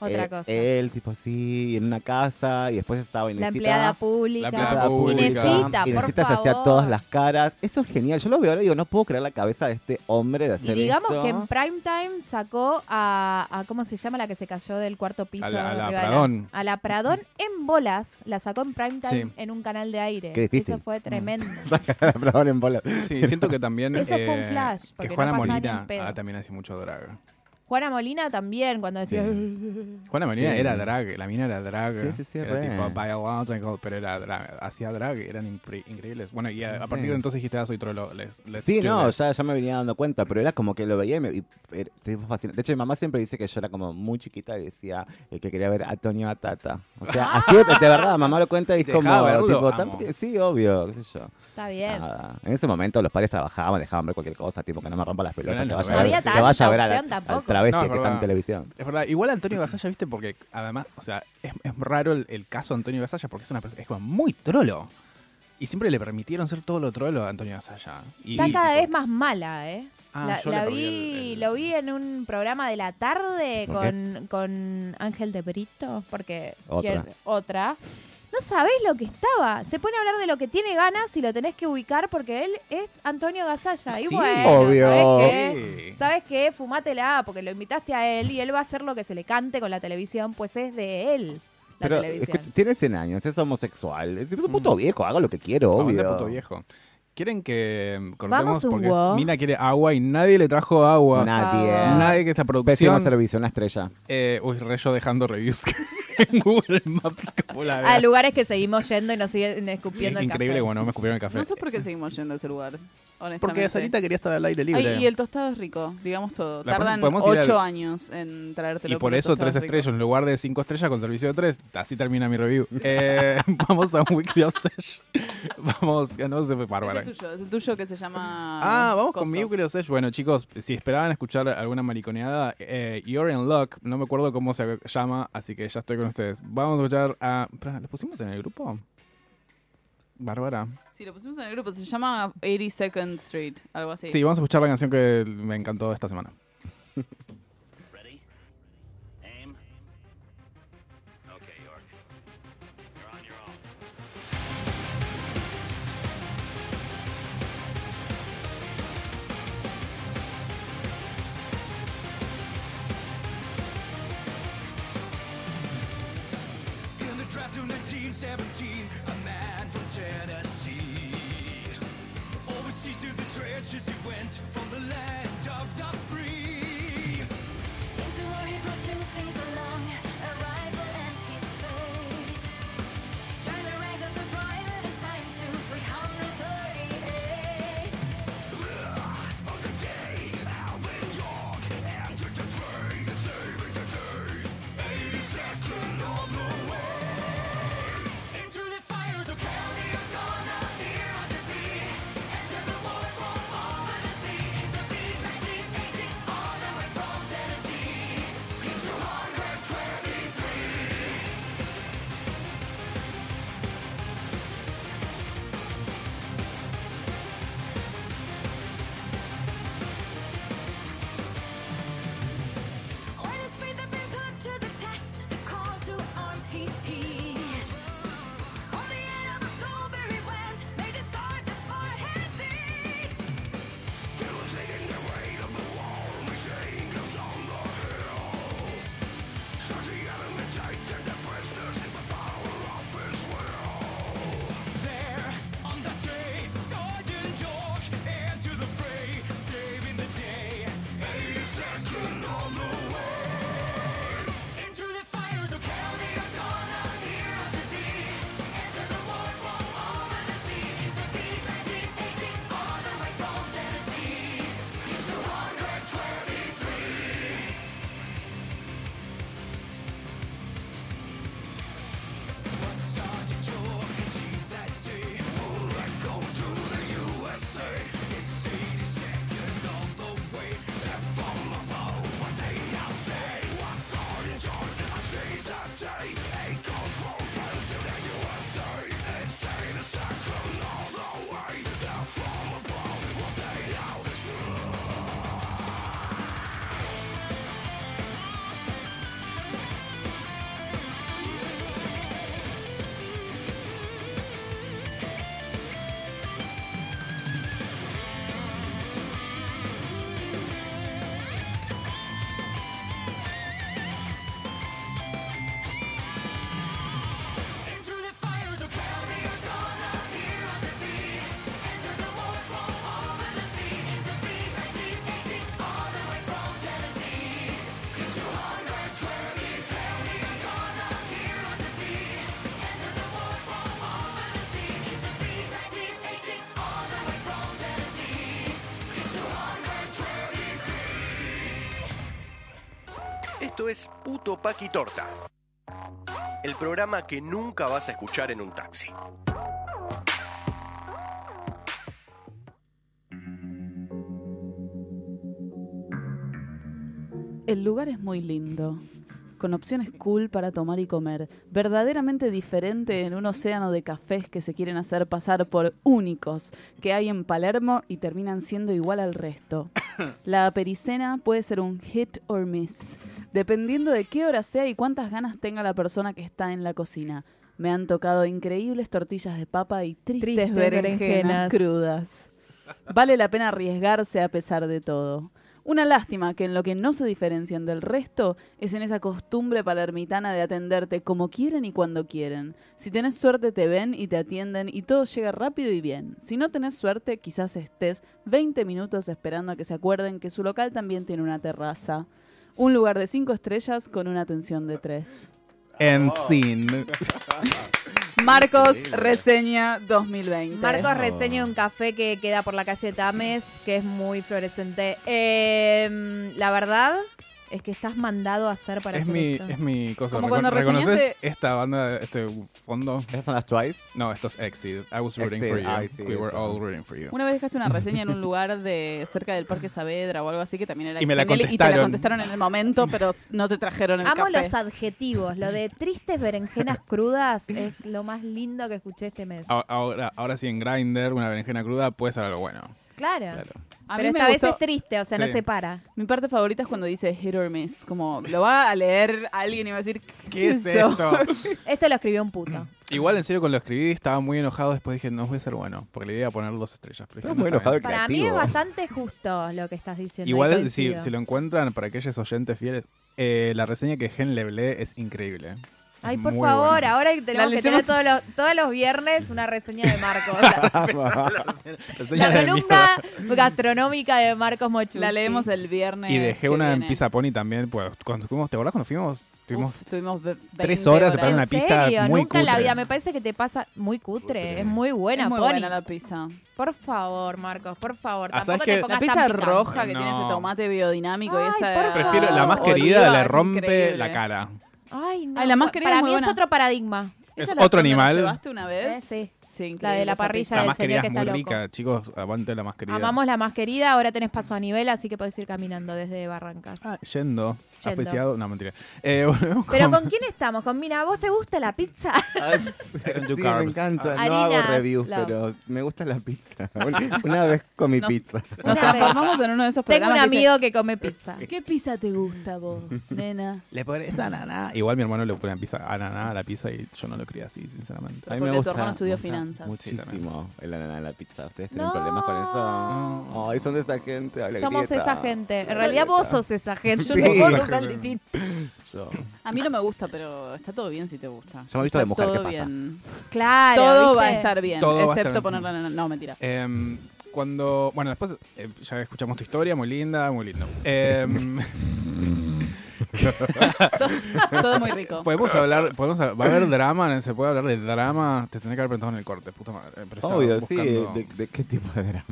Otra
eh,
cosa.
Él, tipo así, en una casa. Y después estaba
La
Inesita.
empleada pública.
La empleada pública.
Inesita,
Y
por
Inesita se hacía
favor.
todas las caras. Eso es genial. Yo lo veo ahora y digo, no puedo creer la cabeza de este hombre de
Y
hacer
digamos
esto.
que en prime time sacó a, a- ¿cómo se llama la que se cayó del cuarto piso?
A la- a la
arriba de
Pradón.
a la Pradón en bolas, la sacó en prime time
Sí.
en un canal de aire.
Qué difícil.
Eso fue tremendo.
Perdón, en bola.
Sí, siento que también.
Eso fue un
eh,
flash,
Que
porque
Juana
no pasaba ni
Molina
en pedo.
ah, también hacía mucho drag.
Juana Molina también, cuando decía...
Juana Molina
Sí.
era drag, la mina era drag.
Sí, sí, sí,
Era
re.
tipo biological, pero era drag. Hacía drag, eran impre- increíbles. Bueno, y a, a
Sí,
partir
sí.
de entonces dijiste, ah, soy trolo. Let's, let's
Sí,
do
no,
this.
ya, ya me venía dando cuenta, pero era como que lo veía y me. y era- tipo fascinante. De hecho, mi mamá siempre dice que yo era como muy chiquita y decía eh, que quería ver a Antonio Atata. O sea, así de, de verdad, mamá lo cuenta y es
Dejá
como.
verlo,
tipo,
amo.
tan- sí, obvio, qué sé yo.
Está bien.
Nada. En ese momento los padres trabajaban, dejaban ver cualquier cosa, tipo que no me rompa las pelotas,
Bueno,
que vaya,
no
a ver-
había
que
tanta
vaya a ver a la,
opción
al
tampoco.
travesti
No, es
que está en
verdad.
televisión.
Es verdad. Igual Antonio Gasalla, viste, porque además, o sea, es, es raro el, el caso de Antonio Gasalla porque es una persona, es como muy trolo. Y siempre le permitieron ser todo lo trolo a Antonio Gasalla. Y,
Está cada
tipo,
vez más mala, ¿eh?
Ah,
la
yo le
la
perdí
vi,
el- el-
lo vi en un programa de la tarde
¿Por qué?
con, con Ángel de Brito, porque
Otra.
quiere- otra. No sabés lo que estaba. Se pone a hablar de lo que tiene ganas y lo tenés que ubicar porque él es Antonio Gasalla. y
Sí,
bueno,
obvio.
¿sabés qué?
Sí.
¿Sabés qué? Fumátela porque lo invitaste a él y él va a hacer lo que se le cante con la televisión, pues es de él la
Pero
televisión.
escucha, tiene 100 años, es homosexual, es un puto viejo, haga lo que quiero,
Aguante,
obvio.
Ah, puto viejo. ¿Quieren que mm,
Vamos
cortemos?
un
Porque
wow.
Mina quiere agua y nadie le trajo agua.
Nadie.
Nadie que esta
Pésimo
producción.
servicio, una estrella.
Eh, uy, re yo dejando reviews en Google Maps como la
A
verdad.
lugares que seguimos yendo y nos siguen escupiendo
Es
el
increíble,
café.
bueno, me escupieron el café.
No sé por qué seguimos yendo a ese lugar, honestamente.
Porque Sarita quería estar al aire libre.
Ay, y el tostado es rico, digamos todo.
La
Tardan
podemos ir
ocho
al-
años en
Y
traértelo.
por
pero
eso
el tostado
tres
es rico.
estrellas en lugar de cinco estrellas con servicio de tres. Así termina mi review. Eh, vamos a un weekly obsession. Vamos, no se fue Bárbara.
Es el tuyo, es el tuyo que se llama...
Ah, vamos
Coso.
con mi weekly obsession. Bueno, chicos, si esperaban escuchar alguna mariconeada, eh, You're in Luck, no me acuerdo cómo se llama, así que ya estoy con ustedes. Vamos a escuchar a... Espera, ¿Lo pusimos en el grupo? Bárbara.
Sí, lo pusimos en el grupo, se llama 82nd Street, algo así.
Sí, vamos a escuchar la canción que me encantó esta semana.
Ready? Aim. Okay, York. You're on your own.
In the draft of 1917, a man from Tennessee. Overseas to the trenches he went from the land of the free.
Esto es Puto Paqui Torta. El programa que nunca vas a escuchar en un taxi.
El lugar es muy lindo, con opciones cool para tomar y comer, verdaderamente diferente en un océano de cafés que se quieren hacer pasar por únicos que hay en Palermo y terminan siendo igual al resto. La pericena puede ser un hit or miss, dependiendo de qué hora sea y cuántas ganas tenga la persona que está en la cocina. Me han tocado increíbles tortillas de papa y tristes
Tristes berenjenas.
berenjenas crudas. Vale la pena arriesgarse a pesar de todo. Una lástima que en lo que no se diferencian del resto es en esa costumbre palermitana de atenderte como quieren y cuando quieren. Si tenés suerte te ven y te atienden y todo llega rápido y bien. Si no tenés suerte quizás estés 20 minutos esperando a que se acuerden que su local también tiene una terraza. Un lugar de 5 estrellas con una atención de 3.
En sin.
Marcos Reseña 2020.
Marcos reseña un café que queda por la calle Tames, que es muy fluorescente. Em, la verdad es que estás mandado a hacer para
Es
hacer
mi,
esto.
es mi cosa.
Como
Recon-
cuando
¿Reconoces
reseñaste-
esta banda, este fondo?
¿Esas son las Twice?
No, esto es Exit. I was rooting
Exit,
for you.
ah, sí,
We were
eso.
all rooting for you.
Una vez dejaste una reseña en un lugar de cerca del Parque Saavedra o algo así que también era
Y me la
genial, Y te la
contestaron.
contestaron en el momento, pero s- no te trajeron el
Amo
café.
los adjetivos. Lo de tristes berenjenas crudas es lo más lindo que escuché este mes.
A- Ahora, ahora sí, en Grinder, una berenjena cruda puede ser algo bueno.
Claro.
Claro.
A
Pero
mí me
esta vez este
gustó-
es triste, o sea, no
Sí.
se para.
Mi parte favorita es cuando dice hit or miss, como lo va a leer alguien y va a decir ¿Qué,
es
eso?".
esto?
Esto lo escribió un puto.
Igual, en serio, cuando lo escribí estaba muy enojado. Después dije, no, voy a ser bueno. Porque la idea era poner dos estrellas. Pero dije,
Estás
no,
muy
está
enojado y
bien.
Para mí es bastante justo lo que estás diciendo. y
Igual, si,
coincido.
si lo encuentran, para aquellos oyentes fieles, eh, la reseña que Gen le lee es increíble.
Ay,
Es
por
muy
favor,
buena.
ahora que tenemos
La
que tener
leyemos-
todos los, todos los viernes una reseña de Marcos. La,
Reseña de mierda.
columna gastronómica de Marcos Mochu.
La leemos el viernes.
Y dejé
que
una en
viene.
Pizza Pony también. Pues, cuando fuimos, ¿Te acordás cuando fuimos? Tuvimos
eh. Uf, tuvimos ve-
tres
20
horas para una
¿En
pizza
serio?
muy
Nunca en la
cutre.
vida. Me parece que te pasa muy cutre.
Cutre.
Es muy buena,
Es muy
Pony.
buena la pizza.
Por favor, Marcos, por favor.
Ah, ¿sabes
Tampoco
qué?
te pongas
La
tan
pizza
picante.
roja que
No.
tiene ese tomate biodinámico
Ay,
y esa...
por favor.
Prefiero la más querida,
oliva,
le
es
rompe
Oh, increíble.
la cara.
Ay, no.
Ay, la más querida
Para
es
mí
muy
es
buena.
otro paradigma.
Es
¿Esa la-
otro
cuando nos
animal.
llevaste una vez?
Eh, sí.
increíble
de la
esa
parrilla
pizza.
La
del
más querida
señor que
es
está
muy
loco.
rica, chicos. Aguante la más querida.
Amamos la más querida, ahora tenés paso a nivel, así que podés ir caminando desde Barrancas.
Ah, yendo.
Yendo.
Apreciado. No, mentira. Eh, volvemos
Pero
con,
¿con quién estamos? Con Mina, ¿vos te gusta la pizza?
con
Sí,
Duke
me
Arms.
encanta.
Ah.
no hago
Harinas,
reviews,
love.
pero me gusta la pizza. Una- Una vez comí
No.
pizza.
Nos
Una vez.
transformamos en uno de esos
Tengo
programas
un
que dice,
amigo que come pizza.
¿Qué pizza te gusta vos, nena?
Le pones ananá. Igual mi hermano le pone pizza, ananá a la pizza y yo no lo quería así, sinceramente.
A
Porque
mí me
tu
gusta,
hermano estudió
me gusta
finanzas.
Muchísimo el ananá en la pizza. ¿Ustedes tienen
No.
problemas con eso? Ay, son de esa gente. ay, la
Somos
grieta.
esa gente. En
La
realidad
grieta.
vos sos esa gente.
Yo no soy
Vos
esa
sos
gente.
Alditín.
Yo.
A mí no me gusta, pero está todo bien si te gusta.
Yo me he
Está
visto de mujer,
todo
¿qué pasa?
bien.
Claro.
todo va a
¿viste?
estar bien,
Todo va a estar
excepto
bien.
ponerla en... No, mentira.
Em, cuando. Bueno, después eh, ya escuchamos tu historia, muy linda, muy lindo. Em,
todo muy rico.
podemos hablar. Podemos, hab- ¿Va a haber drama? ¿Se puede hablar de drama? Te tendría que haber preguntado en el corte, puta madre. pero estaba
Obvio, sí.
buscando-
¿De, de qué tipo de drama?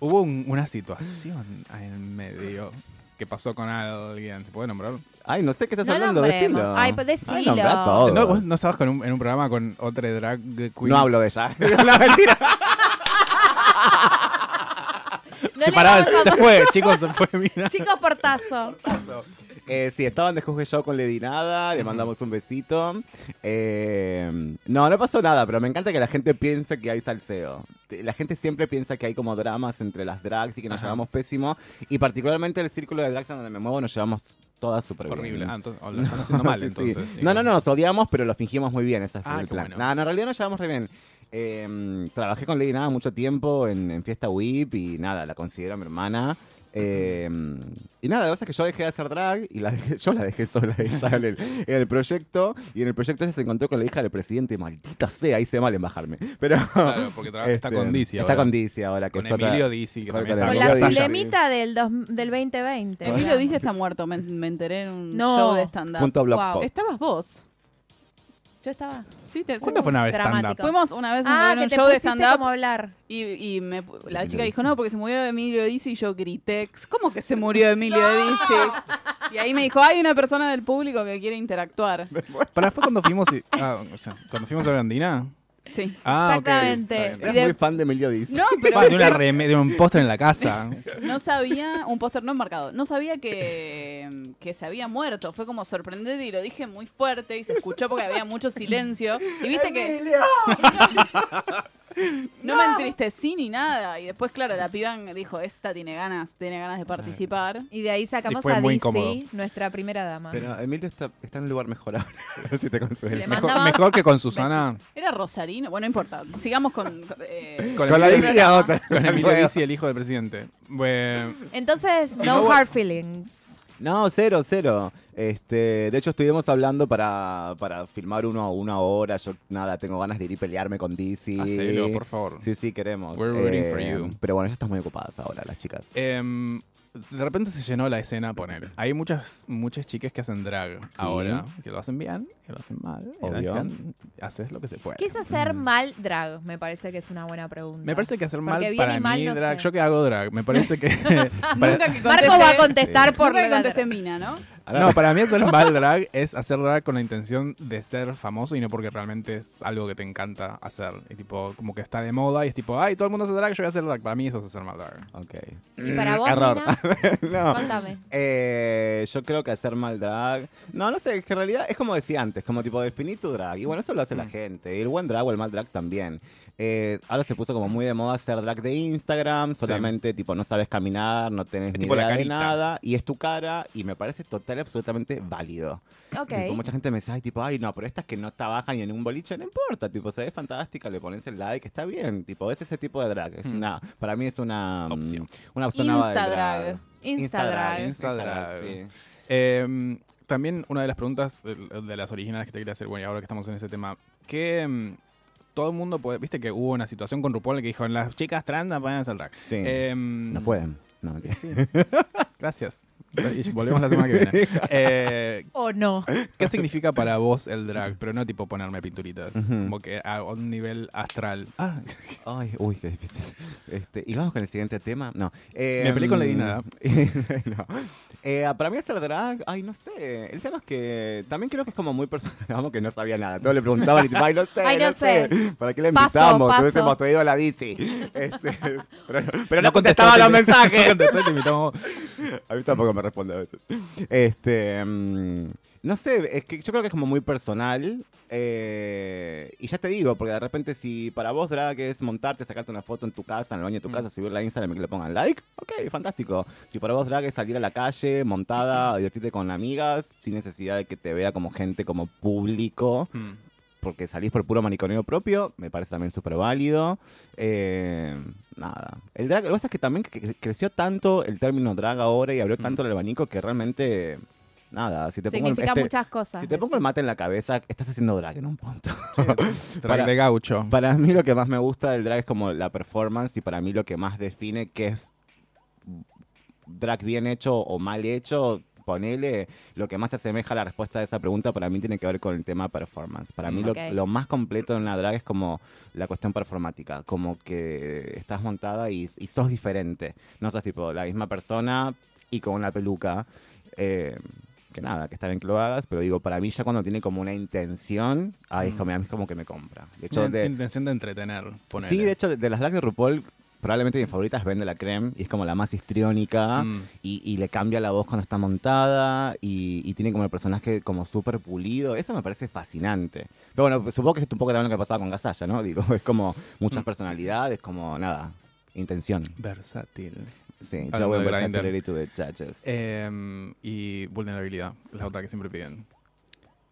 Hubo un- una situación ahí en medio que pasó con alguien. ¿Se puede nombrar?
Ay, no sé qué estás
No
hablando.
nombremos.
Decilo.
Ay, pues decilo.
Ay, nombrá todo.
No, vos no estabas con un- en un programa con otra drag queen.
No hablo de ella. La mentira.
No
se
le
paraba,
vamos a-
se fue, chicos, se fue, mira.
Chicos, portazo.
Eh, sí, estaban de Juzgue Show con Lady Nada, le mandamos un besito. Eh, no, no pasó nada, pero me encanta que la gente piense que hay salseo. Te- La gente siempre piensa que hay como dramas entre las drags y que nos
Ajá.
llevamos pésimo. Y particularmente el círculo de drags en donde me muevo nos llevamos todas súper bien.
Horrible. Ah, entonces, oh, lo están haciendo mal,
Sí, sí.
entonces.
No,
chicos.
no, no, nos odiamos, pero lo fingimos muy bien, ese fue
Ah,
el
qué
plan.
bueno.
Nada, no, en realidad nos llevamos re bien. Eh, trabajé con Lady Nada mucho tiempo en, en Fiesta WIP y nada, la considero mi hermana. Eh, y nada, la cosa es que yo dejé de hacer drag y la dejé- yo la dejé sola ella en el, en el proyecto. Y en el proyecto ella se encontró con la hija del presidente, maldita sea, hice mal en bajarme. Pero, este,
Claro, porque tra- está con Dizzy
Está
ahora.
con Dizzy ahora. Que
Con
es otra-
Emilio Dizzy, que
con-
también está
con
Con
Emilio
la
Dizzy.
Zulemita del, dos- del 2020.
Emilio
digamos.
dice está muerto, me, me enteré en un
No.
show de stand-up.
Punto blog
Wow.
pop.
Estabas vos.
Yo estaba.
Sí, te
¿Cuándo fue una vez
Dramático.
stand-up?
Fuimos una vez
Ah,
a
que
un
te
show de
pusiste
stand-up
como hablar.
y, y me- la chica dijo, no, porque se murió Emilio Dizzy y yo grité, ¿cómo que se murió Emilio Dizzy? Y ahí me dijo, hay una persona del público que quiere interactuar.
Para fue cuando fuimos y- ah, o sea, cuando fuimos a Brandina.
Sí.
Ah, ok.
Exactamente.
Está bien.
Y de- Muy
fan de Emilio Diz.
No, pero-
Fan de, una reme- de un póster en la casa.
No sabía, un póster no marcado, no sabía que, que se había muerto. Fue como sorprendente y lo dije muy fuerte y se escuchó porque había mucho silencio. Y viste que. No me entristecí ni nada. Y después, claro, la piba dijo, esta tiene ganas, tiene ganas de participar.
Y de ahí sacamos
fue
a
muy
Dizzy,
incómodo.
nuestra primera dama.
Pero Emilio está, está en un lugar mejor ahora. A ver si te consuela.
Le
Mejor, mejor que con Susana.
Era Rosarino. Bueno, no importa. Sigamos con. eh,
Con,
Con la
Emilio-
Dizzy la otra.
Con Emilio
Bueno.
Dizzy, el hijo del presidente. Bueno,
Entonces,
no,
no
bueno.
hard feelings.
No, cero, cero. Este, de hecho, estuvimos hablando para, para filmar uno a una hora. Yo, nada, tengo ganas de ir y pelearme con DC.
Hacelo, por favor.
Sí, sí, queremos. Eh,
We're rooting for you.
Pero bueno, ya están muy ocupadas ahora las chicas.
Em, de repente se llenó la escena, poner. Hay muchas, muchas chicas que hacen drag ahora, que lo hacen bien, que lo hacen mal. y lo
Obvio.
hacen- haces lo que se puede.
¿Qué es hacer mal drag? Me parece que es una buena pregunta.
Me parece que hacer mal
Porque bien
para
y mal
mí
no
drag.
sé.
Yo que hago drag, me parece que. para-
nunca que
Marco
conteste-
va a contestar
Sí.
por
Nunca que
la-
conteste Mina, ¿no?
no, para mí hacer mal drag es hacer drag con la intención de ser famoso y no porque realmente es algo que te encanta hacer. Y tipo, como que está de moda y es tipo, ay, todo el mundo hace drag, yo voy a hacer drag. Para mí eso es hacer mal drag.
Ok.
¿Y para vos,
Mm, Error.
Nina?
no.
Contame.
Eh, yo creo que hacer mal drag. No, no sé, es que en realidad es como decía antes, como tipo definí tu drag. Y bueno, eso lo hace
Mm.
la gente. El buen drag o el mal drag también. Eh, ahora se puso como muy de moda hacer drag de Instagram. Solamente tipo no sabes caminar, no tenés ni
tipo la
idea de
carita.
nada. Y es tu cara. Y me parece total y absolutamente válido.
Ok.
Tipo, mucha gente me dice, ay, tipo, ay, no, pero estas que no trabajan y en un boliche, no importa. Tipo, se ve fantástica, le pones el like, está bien. Tipo, es ese tipo de drag. Es una, para mí es una opción. Una opción nueva del
Instadrag.
drag.
Instadrag.
Instadrag.
Instadrag, sí.
Eh, también una de las preguntas eh, de las originales que te quería hacer, bueno, y ahora que estamos en ese tema, que mm, todo el mundo puede, viste que hubo una situación con RuPaul que dijo, las chicas trans no pueden hacer drag.
Sí.
Eh,
No pueden. No, mentira.
sí. Gracias. Y volvemos la semana que viene. Eh,
O no.
¿Qué significa para vos el drag? Pero no tipo ponerme pinturitas,
Ujú.
como que a un nivel astral. Ah,
Ay, uy, qué difícil. Este, y vamos con el siguiente tema. No. em,
Me peleé con Lady Nada.
no. Eh, para mí hacer drag, ay, no sé. El tema es que también creo que es como muy personal. Vamos que no sabía nada. Todo le preguntaban y tipo, ay, no sé.
Ay, no
sé.
sé.
¿Para qué la
Paso,
invitamos?
paso.
Hubiésemos traído a la bici. Este, pero, pero no,
contestó,
contestaba los
te- No
mensajes.
contestó, te invitamos.
A mí tampoco me responde a veces. Este. mm, no sé, es que yo creo que es como muy personal. eh, y ya te digo, porque de repente, si para vos drag es montarte, sacarte una foto en tu casa, en el baño de tu casa, subirla a Instagram y que le pongan like, ok, fantástico. Si para vos drag es salir a la calle, montada, divertirte con amigas, sin necesidad de que te vea como gente, como público,
Mm.
porque salís por puro maniconeo propio, me parece también súper válido. Eh, nada. El drag, lo que pasa es que también cre- creció tanto el término drag ahora y abrió tanto el abanico que realmente. Nada, si te pongo el-
Significa
este-
muchas cosas.
Si te pongo el mate en la cabeza, estás haciendo drag en un punto.
Drag de gaucho.
Para mí lo que más me gusta del drag es como la performance y para mí lo que más define qué es drag bien hecho o mal hecho, ponele, lo que más se asemeja a la respuesta de esa pregunta para mí tiene que ver con el tema performance. Para mí
Mm.
lo,
Ok.
lo más completo en la drag es como la cuestión performática, como que estás montada y, y sos diferente, no sos tipo la misma persona y con una peluca. Eh, que nada, que está bien que lo hagas, pero digo, para mí ya cuando tiene como una intención, ahí es
Mm.
como, a mí es como que me compra. De hecho,
Una
de,
intención de entretener. ponele.
Sí, de hecho, de, de las drag de RuPaul, probablemente mi favorita es Vende la Creme, y es como la más histriónica,
Mm.
y, y le cambia la voz cuando está montada, y, y tiene como el personaje como súper pulido. Eso me parece fascinante. Pero bueno, pues, supongo que es un poco también lo que pasaba con Gasalla, ¿no? Digo, es como
Mm.
muchas personalidades, como nada, intención.
Versátil.
Sí,
Hablando
yo voy
de
a
Grindr.
versatility to the judges.
Em, y vulnerabilidad, la otra que siempre piden.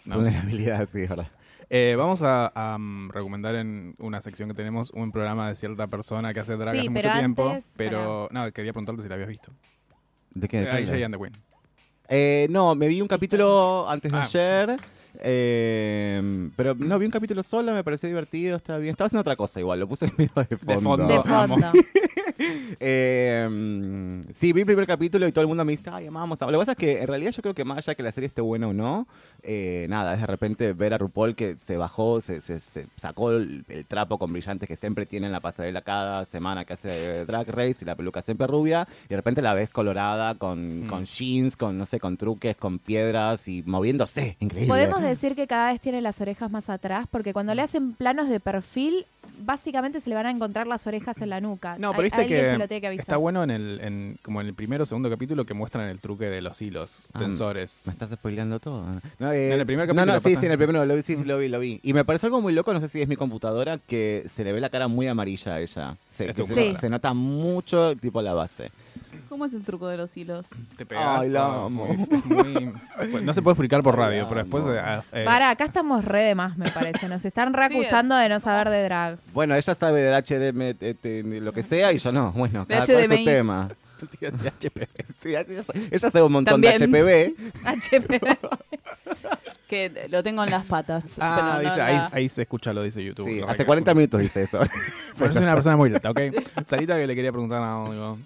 No.
Vulnerabilidad, sí, es verdad.
Eh, vamos a, a, mm, recomendar en una sección que tenemos un programa de cierta persona que hace drag
Sí,
hace
pero
mucho tiempo.
antes,
pero no, quería preguntarte si la habías visto.
¿De qué?
Eh,
¿De qué?
I.J. and the Queen.
Eh, no, me vi un capítulo antes de
Ah.
ayer Eh, pero no, vi un capítulo solo, me pareció divertido, estaba bien. Estaba haciendo otra cosa igual, lo puse en medio de fondo.
fondo, De amo. fondo.
Eh, mm, sí, vi el primer capítulo y todo el mundo me dice, ay, amamos. amamos". Lo que pasa es que en realidad yo creo que más allá que la serie esté buena o no, eh, nada, es de repente ver a RuPaul que se bajó, se, se- se sacó el, el trapo con brillantes que siempre tiene en la pasarela cada semana que hace eh, Drag Race y la peluca siempre rubia, y de repente la ves colorada con, con jeans, con, no sé, con truques, con piedras y moviéndose. Increíble.
Podemos decir que cada vez tiene las orejas más atrás, porque
Mm.
cuando le hacen planos de perfil, básicamente se le van a encontrar las orejas en la nuca.
No,
A-
pero viste
alguien se lo tiene
que,
que avisar.
está bueno en el, en, como en el primero o segundo capítulo que muestran el truque de los hilos,
Ah,
tensores.
Me estás spoileando todo. No, eh,
en el primer
No,
capítulo.
no, sí,
pasa-
sí, en el primero lo vi, sí, sí, lo vi, lo vi. Y me pareció algo muy loco, no sé si es mi computadora, que se le ve la cara muy amarilla a ella. Se,
Es tu
que se-
computadora.
se nota mucho, tipo, la base.
¿Cómo es el truco de los hilos?
Te
Ay, la amo.
Bueno, pues, no se puede explicar por radio, pero después... eh, eh,
Para, acá estamos re de más, me parece. Nos están reacusando de no saber de drag.
Bueno, ella sabe del HDM, eh, te- lo que sea, y yo no. Bueno,
De
cada cual su
HDMI.
tema. Sí, ella sabe- ella sabe un montón de
También.
HPV.
HPV. que lo tengo en las patas.
Ah,
pero no
dice,
la-
ahí, ahí se escucha, lo dice YouTube.
Sí,
Lo
hace
recargo.
40 minutos dice eso.
Pero soy una persona muy lenta, ¿ok? Sarita que le quería preguntar algo.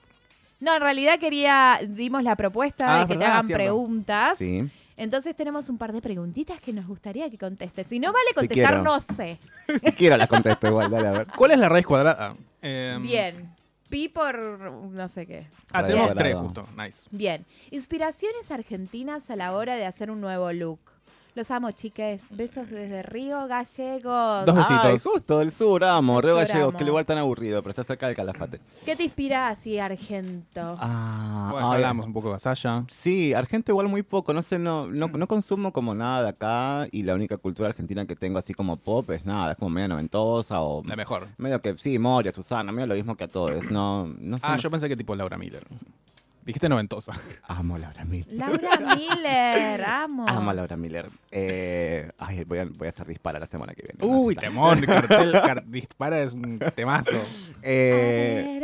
No, en realidad quería, dimos la propuesta
Ah,
de
es
que te
verdad,
hagan
cierto.
preguntas.
Sí.
Entonces tenemos un par de preguntitas que nos gustaría que contestes. Si no vale
Sí
contestar,
quiero.
no sé.
Si quiero la contesto igual, dale a ver.
¿Cuál es la raíz cuadrada? Eh,
Bien. Pi por no sé qué.
Ah,
Radio
tenemos tres
Dorado.
justo. Nice.
Bien. Inspiraciones argentinas a la hora de hacer un nuevo look. Los amo, chiques. Besos desde Río Gallegos.
Dos besitos. Ay, justo, del sur, amo. Río
Del sur,
Gallegos,
amo.
qué lugar tan aburrido, pero está cerca del Calafate.
¿Qué te inspira así, Argento?
Ah,
Bueno, ya
ay,
hablamos un poco de Vasalla.
Sí, Argento igual muy poco, no sé, no, no,
Mm.
no consumo como nada de acá y la única cultura argentina que tengo así como pop es nada, es como medio noventosa o...
La mejor.
Medio que, sí, Moria, Susana, medio lo mismo que a todos, no, no sé.
Ah,
no-
yo pensé que tipo Laura Miller. Dijiste noventosa.
Amo a Laura Miller.
Laura Miller, amo.
Amo a Laura Miller. Eh, ay, voy a, voy a hacer dispara la semana que viene.
Uy, temón, cartel, car- dispara es un temazo.
Ah,
Eh,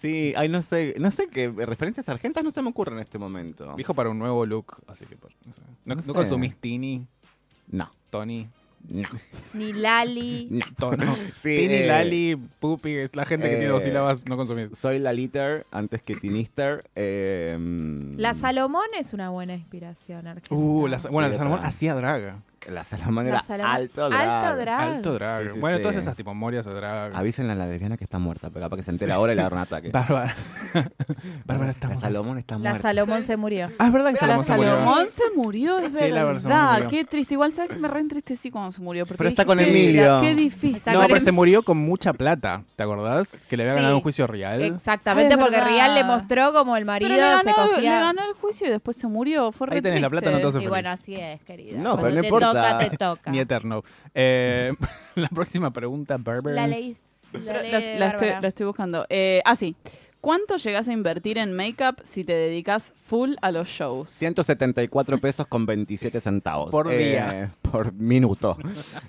sí, ay, no sé, no sé qué, referencias argentas no se me ocurren en este momento.
Dijo para un nuevo look, así que por- no sé. ¿No,
No
no
sé.
consumís Tini,
No,
Tony?
no.
Ni Lali.
Tono.
Sí,
Oh, Tini,
eh,
Lali, Pupi, es la gente que tiene dos
Eh,
sílabas, no consumís.
Soy la liter antes que tinister. Eh, mm,
La Salomón es una buena inspiración, Argento.
Uh, la, bueno, la
Sí,
Salomón
otra.
hacía draga.
La Salomón
La
era
Salomón-
alto drag.
alto drag.
Alto drag.
Sí, sí,
bueno,
sí.
todas esas tipo Morias a drag.
Avísenle a la lesbiana que está muerta, pero capaz que se entera ahora y le da un ataque.
Bárbara. Bárbara está
La
muerta.
Salomón está
La
muerta.
Salomón se murió.
Ah, es verdad que
La
Salomón se murió.
Salomón se murió, es
Sí, la
verdad.
Salomón se murió.
Qué triste. Igual sabes que me reentristecí cuando se murió. porque
Pero está
dije,
con
"Sí,
Emilio".
Qué difícil.
No, pero se murió con mucha plata, ¿te acordás? Que le había ganado
Sí.
un juicio real.
Exactamente,
Ay, es
porque
verdad.
Rial le mostró como el
Pero
marido
le ganó,
se
le
cogía.
ganó el juicio y después se murió. Fue re
Ahí tenés la
triste.
plata, no te hace
Y bueno,
feliz.
así es, querida.
No,
Cuando
pero no
te
importa.
toca, te toca.
Ni eterno. Eh, la próxima pregunta, Berbers.
La leí. La,
Pero
leí
la,
de
la estoy,
Bárbara.
la estoy buscando. Eh, ah, sí. ¿Cuánto llegas a invertir en make-up si te dedicas full a los shows?
174 pesos con 27 centavos.
Por
Eh,
día.
por minuto.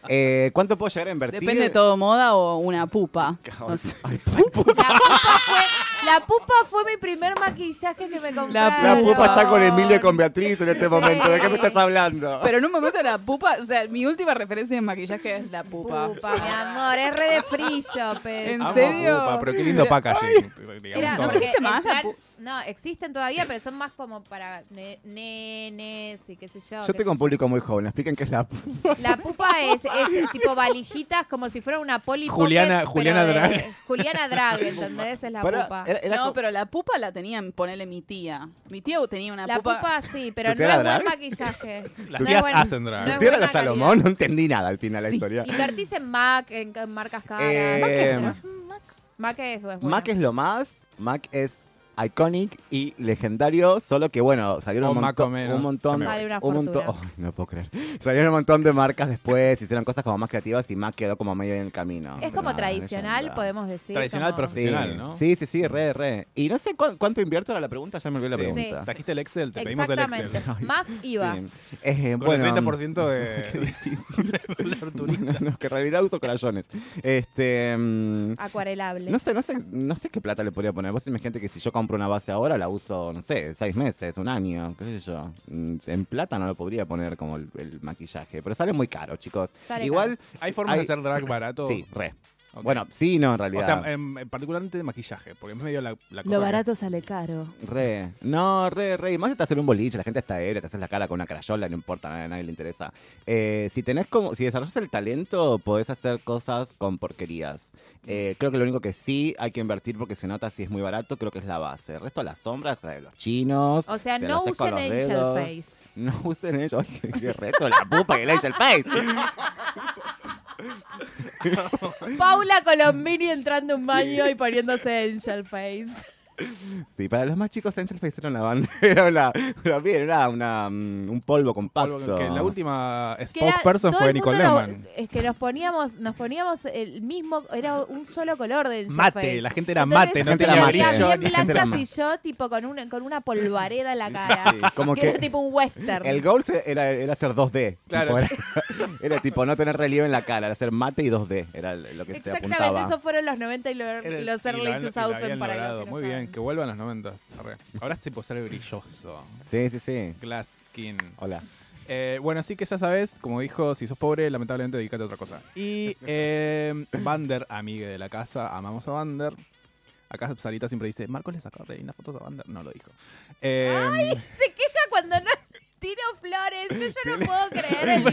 Eh, ¿Cuánto puedo llegar a invertir?
Depende de todo, moda o una pupa. No sé.
Ay,
La pupa fue, la pupa fue mi primer maquillaje que me compraron.
La pupa está con Emilio y con Beatriz en este momento. ¿De qué me
Sí.
estás hablando?
Pero en un momento la pupa, o sea, mi última referencia de maquillaje es la pupa.
Pupa, mi amor, es re de frillo, pero.
¿En
Amo
serio?
Upa, Ah, pero qué lindo packaging. digamos
Era-
todo.
¿no existe
en
más la pu-
no, existen todavía, pero son más como para ne- nenes y qué sé yo.
Yo
qué sé
tengo un público muy joven. Expliquen qué es la...
La pupa es, es tipo valijitas como si fuera una poli pocket,
Juliana-
pero
Juliana
de-
Drag.
Juliana Drag, ¿entendés? Es la
Para-
pupa.
era- era
no,
como-
pero la pupa la tenía, ponele mi tía. Mi tía tenía una
La
pupa.
pupa sí, pero
¿Tu
no
tía
es
era
buen
drag?
maquillaje.
Las
No es
tías
buen-
hacen
no
drag.
es
¿Tú eras la
buena
Salomón? No entendí nada al final de la historia.
Invertís en Mac, en, en marcas caras.
Eh,
Mac es
Mac.
bueno. Mac es, es bueno.
Mac es lo más. Mac es iconic y legendario, solo que bueno, salieron
O
un,
Mac o
montón,
menos.
un montón,
Sale una
un montón,
fortuna.
Ay, no puedo creer. Salieron un montón de marcas después, hicieron cosas como más creativas y Mac quedó como medio en el camino.
Es como
Nada,
tradicional,
leyenda.
podemos decir.
Tradicional,
como-
profe-
Sí.
Tradicional, ¿no?
sí, sí, sí, re, re. Y no sé cu- cuánto invierto era la pregunta, ya me olvidé la
Sí.
pregunta.
Sí.
Trajiste el Excel, te pedimos el Excel.
Exactamente. Más IVA.
Sí. Eh,
Con
bueno,
el 30% de,
no, no, que en realidad uso crayones. Este, mm,
Acuarelable.
No sé, no sé, no sé qué plata le podría poner. Vos gente que si yo con compro una base ahora, la uso, no sé, seis meses, un año, qué sé yo. Mm, En plata no lo podría poner como el, el maquillaje, pero sale muy caro, chicos.
Sale
Igual.
caro. ¿Hay formas de hacer drag barato?
Sí, re.
Ok.
Bueno, sí, no, en
O
realidad.
sea, em, em, particularmente de maquillaje, porque es medio la, la cosa.
Lo barato sale caro.
Re, no, re, re. Y más si estás en un boliche, la gente está ebria, te haces la cara con una crayola, no importa, a nadie le interesa. Eh, si tenés como, si desarrollas el talento, podés hacer cosas con porquerías. Eh, creo que lo único que sí hay que invertir porque se nota si es muy barato, creo que es la base. El resto de las sombras, la de los chinos.
O sea,
te
no
lo haces con
usen
los
Angel
dedos.
Face.
No usen Angel Face. Qué, qué reto, la pupa que el Angel Face.
Paula Colombini entrando a un baño y poniéndose en shell face.
Sí, para los más chicos, Angel Face era una bandera, una, también era una, mm, un polvo compacto.
Polvo que- que la última
Que era-
spokesperson
todo
fue
el mundo
Nicole
lo-
Lehmann.
Es que nos poníamos, nos poníamos el mismo, era un solo color de Angel
Mate,
Face.
la gente era
Entonces,
mate, no
yo
tenía
era
brillo,
Bien
ni gente era
blancas y yo, tipo, con una, con una polvareda en la cara.
Sí, como
que era
que-
tipo un western.
El goal se- era, era hacer 2D. Tipo, era, era tipo no tener relieve en la cara, era hacer mate y 2D. Era lo que se
Exactamente,
apuntaba.
esos fueron los 90 y lo-
Era el-
los
y la-
early
y la
2000
habían
para
logrado.
los que no
Muy
saben.
bien, que vuelvan los 90. Arre. Ahora es tipo ser brilloso.
Sí, sí, sí.
Glass skin.
Hola.
Eh, bueno, así que ya sabes, como dijo, si sos pobre, lamentablemente dedícate a otra cosa. Y eh, Vander, amiga de la casa, amamos a Vander. Acá Sarita siempre dice, Marcos le sacó re lindas fotos a Vander. No lo dijo. Eh,
Ay, se queja cuando no tiro flores. Yo ya no puedo creer el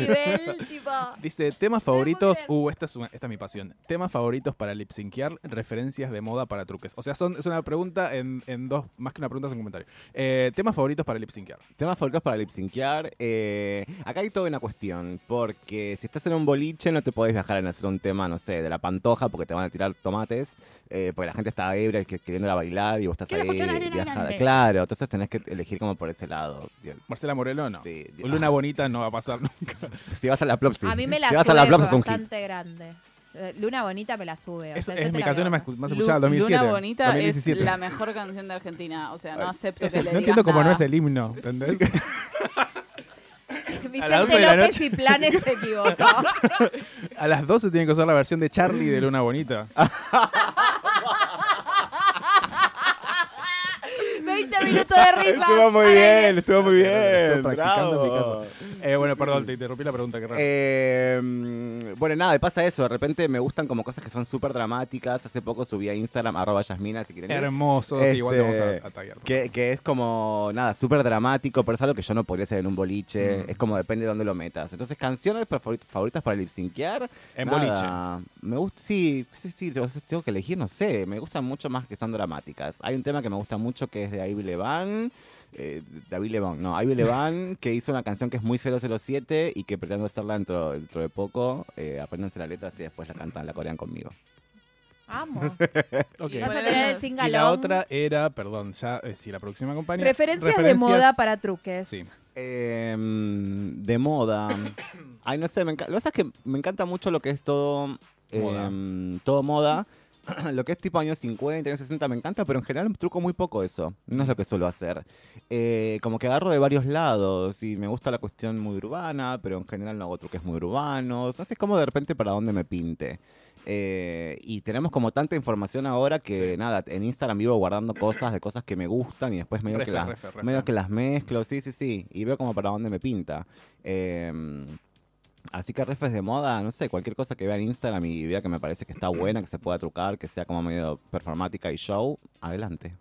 nivel, tipo.
Dice, temas favoritos. Uh, esta es, una- esta es mi pasión. Temas favoritos para lipsinquear, referencias de moda para truques. O sea, son, es una pregunta en, en dos, más que una pregunta es un comentario. Eh, temas favoritos para lipsinquear.
Temas favoritos para lipsinquear. eh, acá hay toda una cuestión, porque si estás en un boliche no te podés viajar en hacer un tema, no sé, de la pantoja, porque te van a tirar tomates, eh, porque la gente está ebria y que- queriéndola bailar y vos estás
Quiero
ahí
escuchar a Ariana
viajada.
Grande.
Claro, entonces tenés que elegir como por ese lado.
Marcela Morelo no.
Sí. ah,
Luna Bonita no va a pasar nunca.
Si vas a la plop, sí.
A mí me la
si
sube
vas a la plop, es un hit.
bastante grande. Eh, Luna Bonita me la sube. o
Es-
sea,
es
yo te
mi
la
canción
veo.
más escu- más escuchada del
Lu-
2007.
Luna Bonita
2017.
es la mejor canción de Argentina. O sea, no acepto
Es
que
el-
le
no
digas
entiendo cómo no
nada.
es el himno, ¿entendés? A las
Vicente
once de la
López
noche.
y Planes se equivocó.
a las 12 tienen que usar la versión de Charlie de Luna Bonita.
Ah.
20 minutos de risa.
Estuvo muy bien, estuvo muy bien.
Estoy practicando en mi
bravo.
casa. Eh, bueno, perdón, te interrumpí la pregunta, que raro.
Eh, mm, bueno, nada, pasa eso. De repente me gustan como cosas que son súper dramáticas. Hace poco subí a Instagram, arroba Yasmina, si quieren. ir.
Hermoso, sí, igual te vamos a-
Este,
a taggear.
Que, que es como, nada, súper dramático, pero es algo que yo no podría hacer en un boliche.
Mm.
Es como depende de dónde lo metas. Entonces, canciones pa- favori- favoritas para lipsinquear.
En
boliche. Me gusta, sí, sí, sí, tengo tengo que elegir, no sé. Me gustan mucho más que son dramáticas. Hay un tema que me gusta mucho que es de Ivy Levan. eh, David Levan, no, Ivy Levan, que hizo una canción que es muy 007 y que pretendo hacerla dentro, dentro de poco. Eh, apréndanse la letra y después la cantan, la corean conmigo.
Amo.
Ok.
Vas a tener el singalón.
Y la otra era, perdón, ya eh, si la próxima compañía.
Referencias, de moda para truques.
Sí.
Em, de moda. Ay, no sé, me enca- lo que pasa es que me encanta mucho lo que es todo
Moda.
em, todo moda. lo que es tipo años 50, años 60 me encanta, pero en general truco muy poco eso. No es lo que suelo hacer. Eh, como que agarro de varios lados y me gusta la cuestión muy urbana, pero en general no hago truques muy urbanos. Así es como de repente para dónde me pinte. Eh, y tenemos como tanta información ahora que nada, en Instagram vivo guardando cosas de cosas que me gustan y después medio,
Refe,
que, las,
refe, refe.
medio que las mezclo, sí, sí, sí. Y veo como para dónde me pinta. Eh, así que refes de moda, no sé, cualquier cosa que vea en Instagram y vea que me parece que está buena, que se pueda trucar, que sea como medio performática y show, adelante.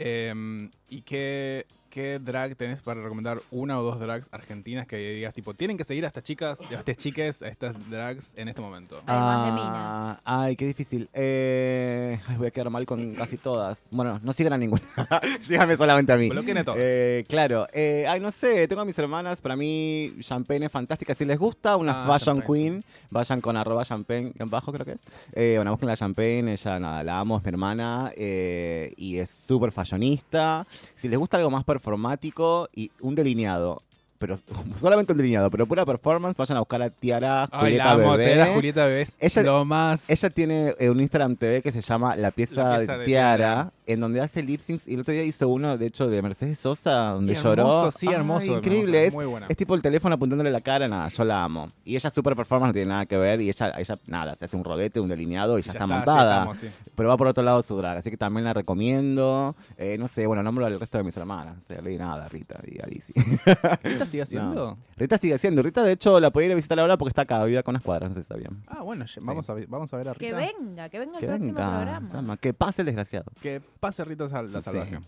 Em, ¿Y qué, qué drag tenés para recomendar una o dos drags argentinas que digas, tipo, tienen que seguir a estas chicas, a estas chiques, a estas drags en este momento?
Ah, Ay, qué difícil. Eh, ay, voy a quedar mal con casi todas. Bueno, no sigan a ninguna. Síganme solamente a mí.
Bloqueen a todas.
Eh, claro. Eh, ay, no sé, tengo a mis hermanas, para mí Champagne es fantástica. Si les gusta una
Ah,
fashion
Champagne,
queen, vayan con arroba champagne en bajo, creo que es. Eh, bueno, busquen la champagne, ella nada, la amo, es mi hermana eh, y es súper fashionista. Si les gusta algo más performático y un delineado. Pero solamente un delineado, pero pura performance, vayan a buscar a Tiara
Ay,
Julieta
la amo,
Bebé.
Tiara Julieta Bebé es
ella,
lo más.
Ella tiene eh, un Instagram TV que se llama La pieza,
La pieza
de
de
Tiara. en donde hace lip syncs. Y el otro día hizo uno, de hecho, de Mercedes Sosa, donde
hermoso,
lloró.
sí,
Ay,
hermoso,
increíble.
hermoso,
es,
muy buena.
es tipo el teléfono apuntándole la cara, nada, yo la amo. Y ella super performance, no tiene nada que ver. Y ella, ella nada, se hace un rodete, un delineado y ya,
ya
está,
está, ya
montada.
estamos, sí.
Pero va por otro lado su drag, así que también la recomiendo. Eh, no sé, bueno, nombro al resto de mis hermanas. No leí nada, a Rita y a Lizzy.
¿Rita sigue haciendo?
Rita sigue haciendo. Rita, de hecho, la podía ir a visitar ahora porque está acá, viva con las cuadras, no sé si sabían.
Ah, bueno, ya- vamos, a, ver- vamos a ver a Rita.
Que venga, que venga el próximo programa.
Sama, que pase el desgraciado.
Que pase Rita Sal- la
Sí.
salvaje.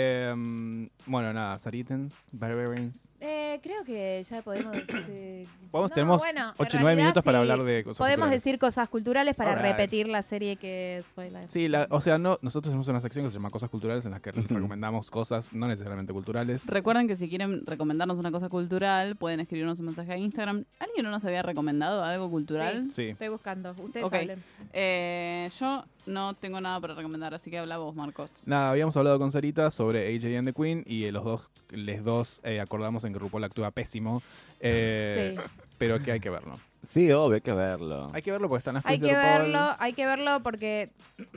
Eh, bueno, nada, Saritens, Barbarians.
Eh, creo que ya podemos. eh,
Podemos-
no,
tenemos
bueno, en
89
realidad
minutos para
sí,
hablar de cosas
Podemos
culturales.
decir cosas culturales para
Alright.
repetir la serie que es Boy Life.
Sí, la- o sea, no, nosotros tenemos una sección que se llama Cosas Culturales en las que les recomendamos cosas no necesariamente culturales.
Recuerden que si quieren recomendarnos una cosa cultural, pueden escribirnos un mensaje a Instagram. ¿Alguien no nos había recomendado algo cultural?
Sí.
Estoy buscando. Ustedes
Ok.
hablen.
Eh, yo no tengo nada para recomendar, así que habla vos, Marcos.
Nada, habíamos hablado con Sarita sobre AJ and the Queen y eh, los dos, les dos eh, acordamos en que RuPaul actúa pésimo. eh, Pero que hay que verlo.
Sí, obvio, hay que verlo.
Hay que verlo porque están las
Hay
queens
que
de RuPaul.
verlo, hay que verlo porque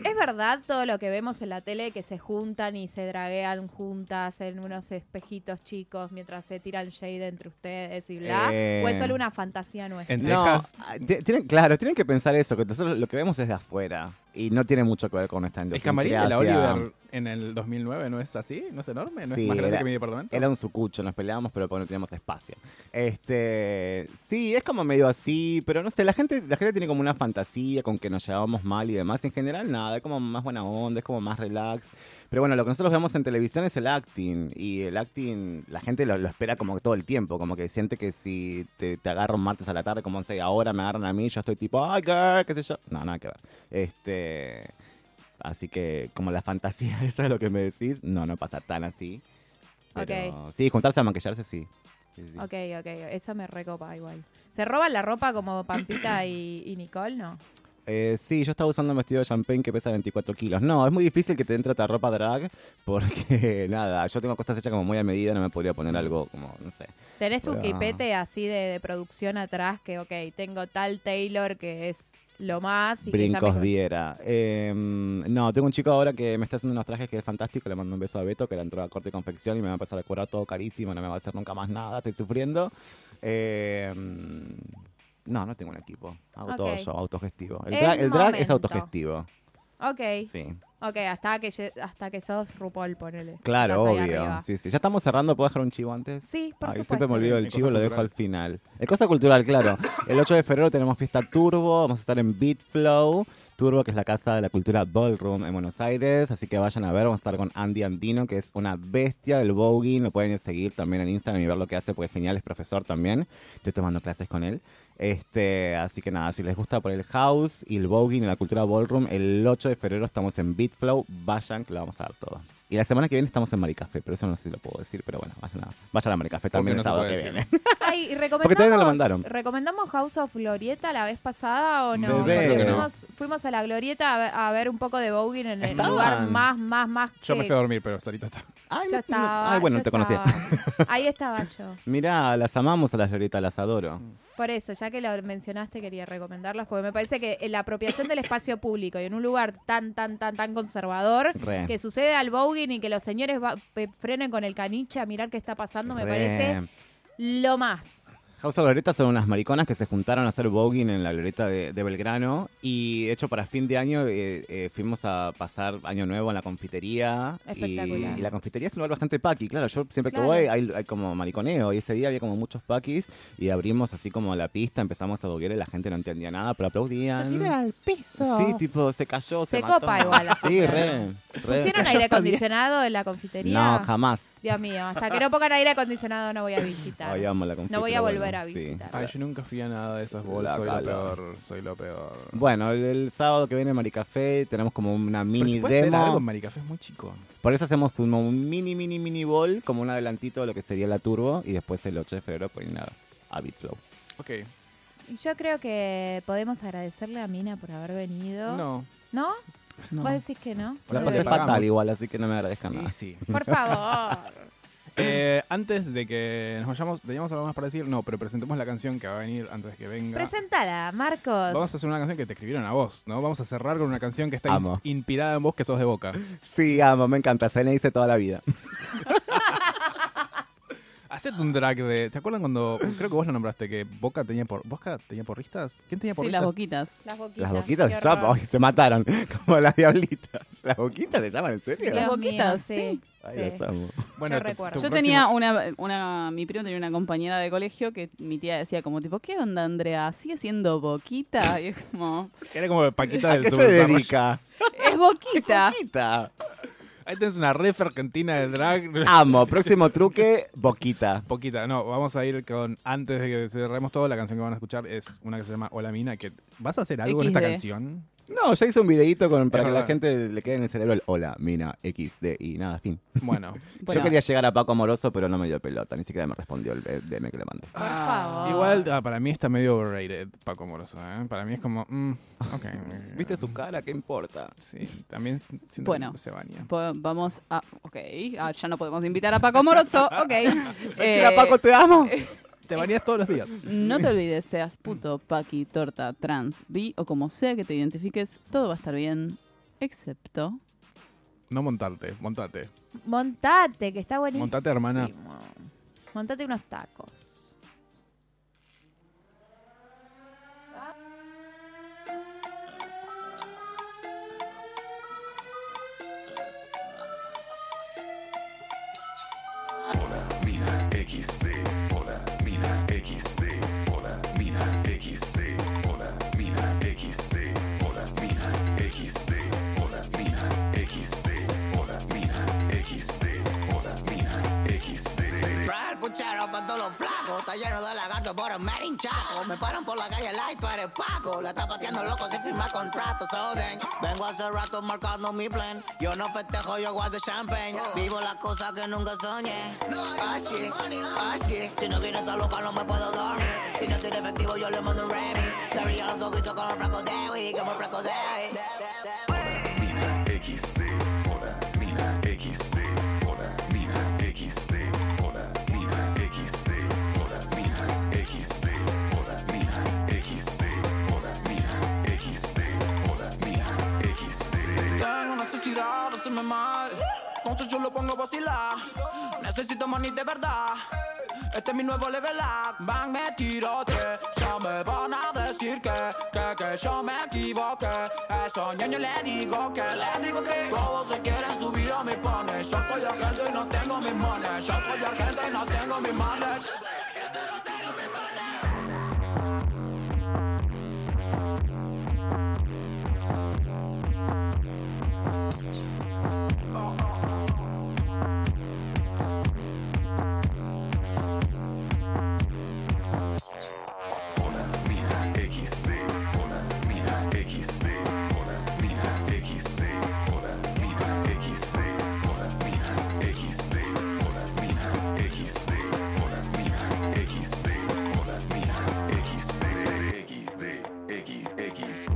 es verdad todo lo que vemos en la tele que se juntan y se draguean juntas en unos espejitos chicos mientras se tiran shade entre ustedes y bla.
Eh.
o es solo una fantasía nuestra.
No, ah, ti- tienen- claro, tienen que pensar eso, que nosotros lo que vemos es de afuera y no tiene mucho que ver con nuestra
El
industria.
camarín de la Oliver en el 2009 no es así, no es enorme, no es
Sí,
más grande
era-
que mi departamento.
Era un sucucho, nos peleábamos, pero porque no teníamos espacio. Este, sí, es como medio así, pero no sé, la gente, la gente tiene como una fantasía con que nos llevábamos mal y demás. En general, nada, es como más buena onda, es como más relax. Pero bueno, lo que nosotros vemos en televisión es el acting. Y el acting, la gente lo, lo espera como todo el tiempo, como que siente que si te, te agarro un martes a la tarde, como no sé, ahora me agarran a mí, yo estoy tipo, ay, girl, qué sé yo. No, nada que ver. Este. Así que, como la fantasía esa es lo que me decís, no, no pasa tan así. Pero, Sí, juntarse a maquillarse, sí. Sí, sí.
Ok, ok, esa me recopa igual. ¿Se roban la ropa como Pampita y, y Nicole? No.
Eh, sí, yo estaba usando un vestido de champagne que pesa 24 kilos. No, es muy difícil que te entre otra ropa drag porque, nada, yo tengo cosas hechas como muy a medida, no me podría poner algo como, no sé.
¿Tenés tu
Pero-
equipete así de, de producción atrás que, ok, tengo tal Taylor que es lo más y que ya me-
Brincos Viera. Eh, no, tengo un chico ahora que me está haciendo unos trajes que es fantástico. Le mando un beso a Beto, que la entró a corte y confección y me va a empezar a curar todo carísimo. No me va a hacer nunca más nada, estoy sufriendo. Eh, no, no tengo un equipo. Hago todo
Ok.
yo, autogestivo. El,
El
drag- el drag es
momento.
autogestivo.
Ok.
Sí.
Ok, hasta que, lle- hasta que sos RuPaul, ponele.
Claro,
Estás ahí
obvio.
arriba.
Sí, sí. Ya estamos cerrando. ¿Puedo dejar un chivo antes?
Sí, por
Ay,
supuesto.
siempre me olvido del
En
chivo,
cosa
lo dejo al
cultural.
final. En cosa cultural, claro. El 8 de febrero tenemos fiesta Turbo. Vamos a estar en Beat Flow. Turbo, que es la casa de la cultura ballroom en Buenos Aires. Así que vayan a ver. Vamos a estar con Andy Andino, que es una bestia del voguing. Lo pueden seguir también en Instagram y ver lo que hace, porque es genial. Es profesor también. Estoy tomando clases con él. Este, así que nada, si les gusta por el house y el voguing y la cultura ballroom, el 8 de febrero estamos en Beat Flow. Vayan, que lo vamos a dar todo. Y la semana que viene estamos en Maricafé, pero eso no sé si lo puedo decir, pero bueno, vayan a, vayan a Maricafé también
no
el
se
sábado
puede
que
decir.
viene.
Ay, y recomendamos,
Porque todavía no lo mandaron.
¿Recomendamos House of Glorieta la vez pasada o no?
Bebé.
Porque
Creo que no.
fuimos, fuimos a la Glorieta a ver, a ver un poco de voguing en el
Estaban.
lugar más, más, más.
Yo me
que-
fui a dormir, pero Sarita está.
Ay,
Yo
no-
estaba.
ay, bueno,
yo
te conocía.
estaba. Ahí estaba yo.
Mirá, las amamos a las Loritas, las adoro.
Por eso, ya que lo mencionaste, quería recomendarlos porque me parece que la apropiación del espacio público y en un lugar tan, tan, tan, tan conservador
Re.
que sucede al voguing y que los señores va- pe- frenen con el caniche a mirar qué está pasando, me
Re.
parece lo más.
House of Glorieta son unas mariconas que se juntaron a hacer voguing en la Glorieta de, de Belgrano. Y de hecho, para fin de año eh, eh, fuimos a pasar Año Nuevo en la confitería. Y,
Espectacular.
y la confitería es un lugar bastante paqui. Claro, yo siempre
Claro.
que voy hay, hay como mariconeo. Y ese día había como muchos paquis. Y abrimos así como la pista, empezamos a voguear y la gente no entendía nada, pero aplaudían.
al piso.
Sí, tipo, se cayó, se,
Se
mató.
copa igual la
Sí,
gente.
re, re.
¿Pusieron aire acondicionado en la confitería?
No, jamás.
Dios mío, hasta que no pongan aire acondicionado no voy a visitar.
Ay, amo la
no voy
confitería,
a volver
bueno,
a
sí.
visitar.
Ay, yo nunca fui a nada de esas bolas.
La
Soy lo
calor.
peor, soy lo peor.
Bueno, el, el sábado que viene Maricafé tenemos como una
Pero
mini
se puede hacer
demo.
algo en Maricafé, es muy chico.
Por eso hacemos como un mini, mini, mini ball, como un adelantito de lo que sería la turbo. Y después el 8 de febrero, pues nada, a Bitflow.
Ok.
Yo creo que podemos agradecerle a Mina por haber venido.
No.
¿No?
No.
¿Vos decís que no?
La
Eh,
pasé
pagamos.
fatal igual, así que no me agradezcan nada.
Y sí.
Por favor.
Eh, antes de que nos vayamos, ¿teníamos algo más para decir? No, pero presentemos la canción que va a venir antes de que venga.
Presentala, Marcos.
Vamos a hacer una canción que te escribieron a vos, ¿no? Vamos a cerrar con una canción que está ins-
Amo.
inspirada en vos, que sos de boca.
Sí, amo, me encanta. Se le hice toda la vida.
Hacete un drag de. ¿Se acuerdan cuando.? Creo que vos lo nombraste, que Boca tenía por. ¿Boca tenía porristas? ¿Quién tenía
Sí,
porristas?
las boquitas.
Las boquitas.
Las boquitas se llaman. Ay, te mataron. Como las diablitas. ¿Las boquitas se llaman en serio?
Las boquitas,
mío,
sí.
Ay,
sí.
las amo.
Bueno,
Yo recuerdo.
Yo tenía una, una, mi primo tenía una compañera de colegio que mi tía decía como tipo, ¿qué onda Andrea? ¿Sigue siendo boquita? Y es como,
Era como Paquita
¿A
del
qué se
subdesarrollo.
dedica?
es boquita.
Boquita.
Ahí tenés una ref argentina de drag.
Amo. Próximo truque, boquita.
Poquita, no, vamos a ir con. Antes de que cerremos todo, la canción que van a escuchar es una que se llama Hola Mina. Que, ¿Vas a hacer algo con esta
XD.
canción?
No, ya hice un videíto con, para
Es
que la
verdad.
gente le quede en el cerebro el hola, mina, XD y nada, fin.
Bueno,
Bueno.
Yo quería llegar a Paco Amoroso, pero no me dio pelota, ni siquiera me respondió el eh, DM que le mandé.
Por favor.
igual ah, para mí está medio overrated Paco Moroso. ¿eh? Para mí es como. mm, ok.
¿Viste su cara? ¿Qué importa?
Sí, también s- siento
Bueno.
que se baña.
Po- Vamos a... Ok, ah, ya no podemos invitar a Paco Morozo, ok. Eh,
Mira, Paco, te amo.
Te bañas todos los días.
No te olvides, seas puto, paqui, torta, trans, bi o como sea que te identifiques, todo va a estar bien, excepto...
No montarte, montate.
Montate, que está buenísimo.
Montate, hermana.
Montate unos tacos.
Hola, Mina XC. Hola, Mina XC. Hola, Mina XC. Hola, Mina XC. Hola, Mina XC. Hola, Mina XC. Hola, Mina XC. Hola, Mina XC.
Trae el puchero para todos los flacos. Está lleno de lagartos por el merinchaco. Me paran por la calle light, tú eres Paco. La está pateando loco sin firmar contrato. So then, vengo hace rato marcando mi plan. Yo no festejo, yo guardo champagne. Vivo las cosas que nunca soñé. Así, así. Si no vienes a loca, no me puedo dormir. Si no tienes efectivo, yo le mando un Remy. Te brillan los ojitos como Franco Dewi. Como Franco Dewi.
Mina XC, hola, Mina XC, hola, Mina XC, hola, Mina XC, hola, Mina XC, hola, Mina XC, hola, Mina XC, hola, Mina XC.
Tengo necesidad de hacerme mal, entonces yo lo pongo a vacilar. Necesito money de verdad, este es mi nuevo level up. Van, me tirote, ya me van a decir que, que, que yo me equivoqué. A Esos ñoños le digo que, le digo que todos se quieren subir a mi pone. Yo soy agente y no tengo mis mones, yo soy agente y no tengo mis males.
Hola, Mina XC, hola, Mina XC, hola, Mina XC, hola, Mina XC, hola, Mina XC, hola, Mina XC, hola, Mina XC, hola, Mina XC, XD, XX.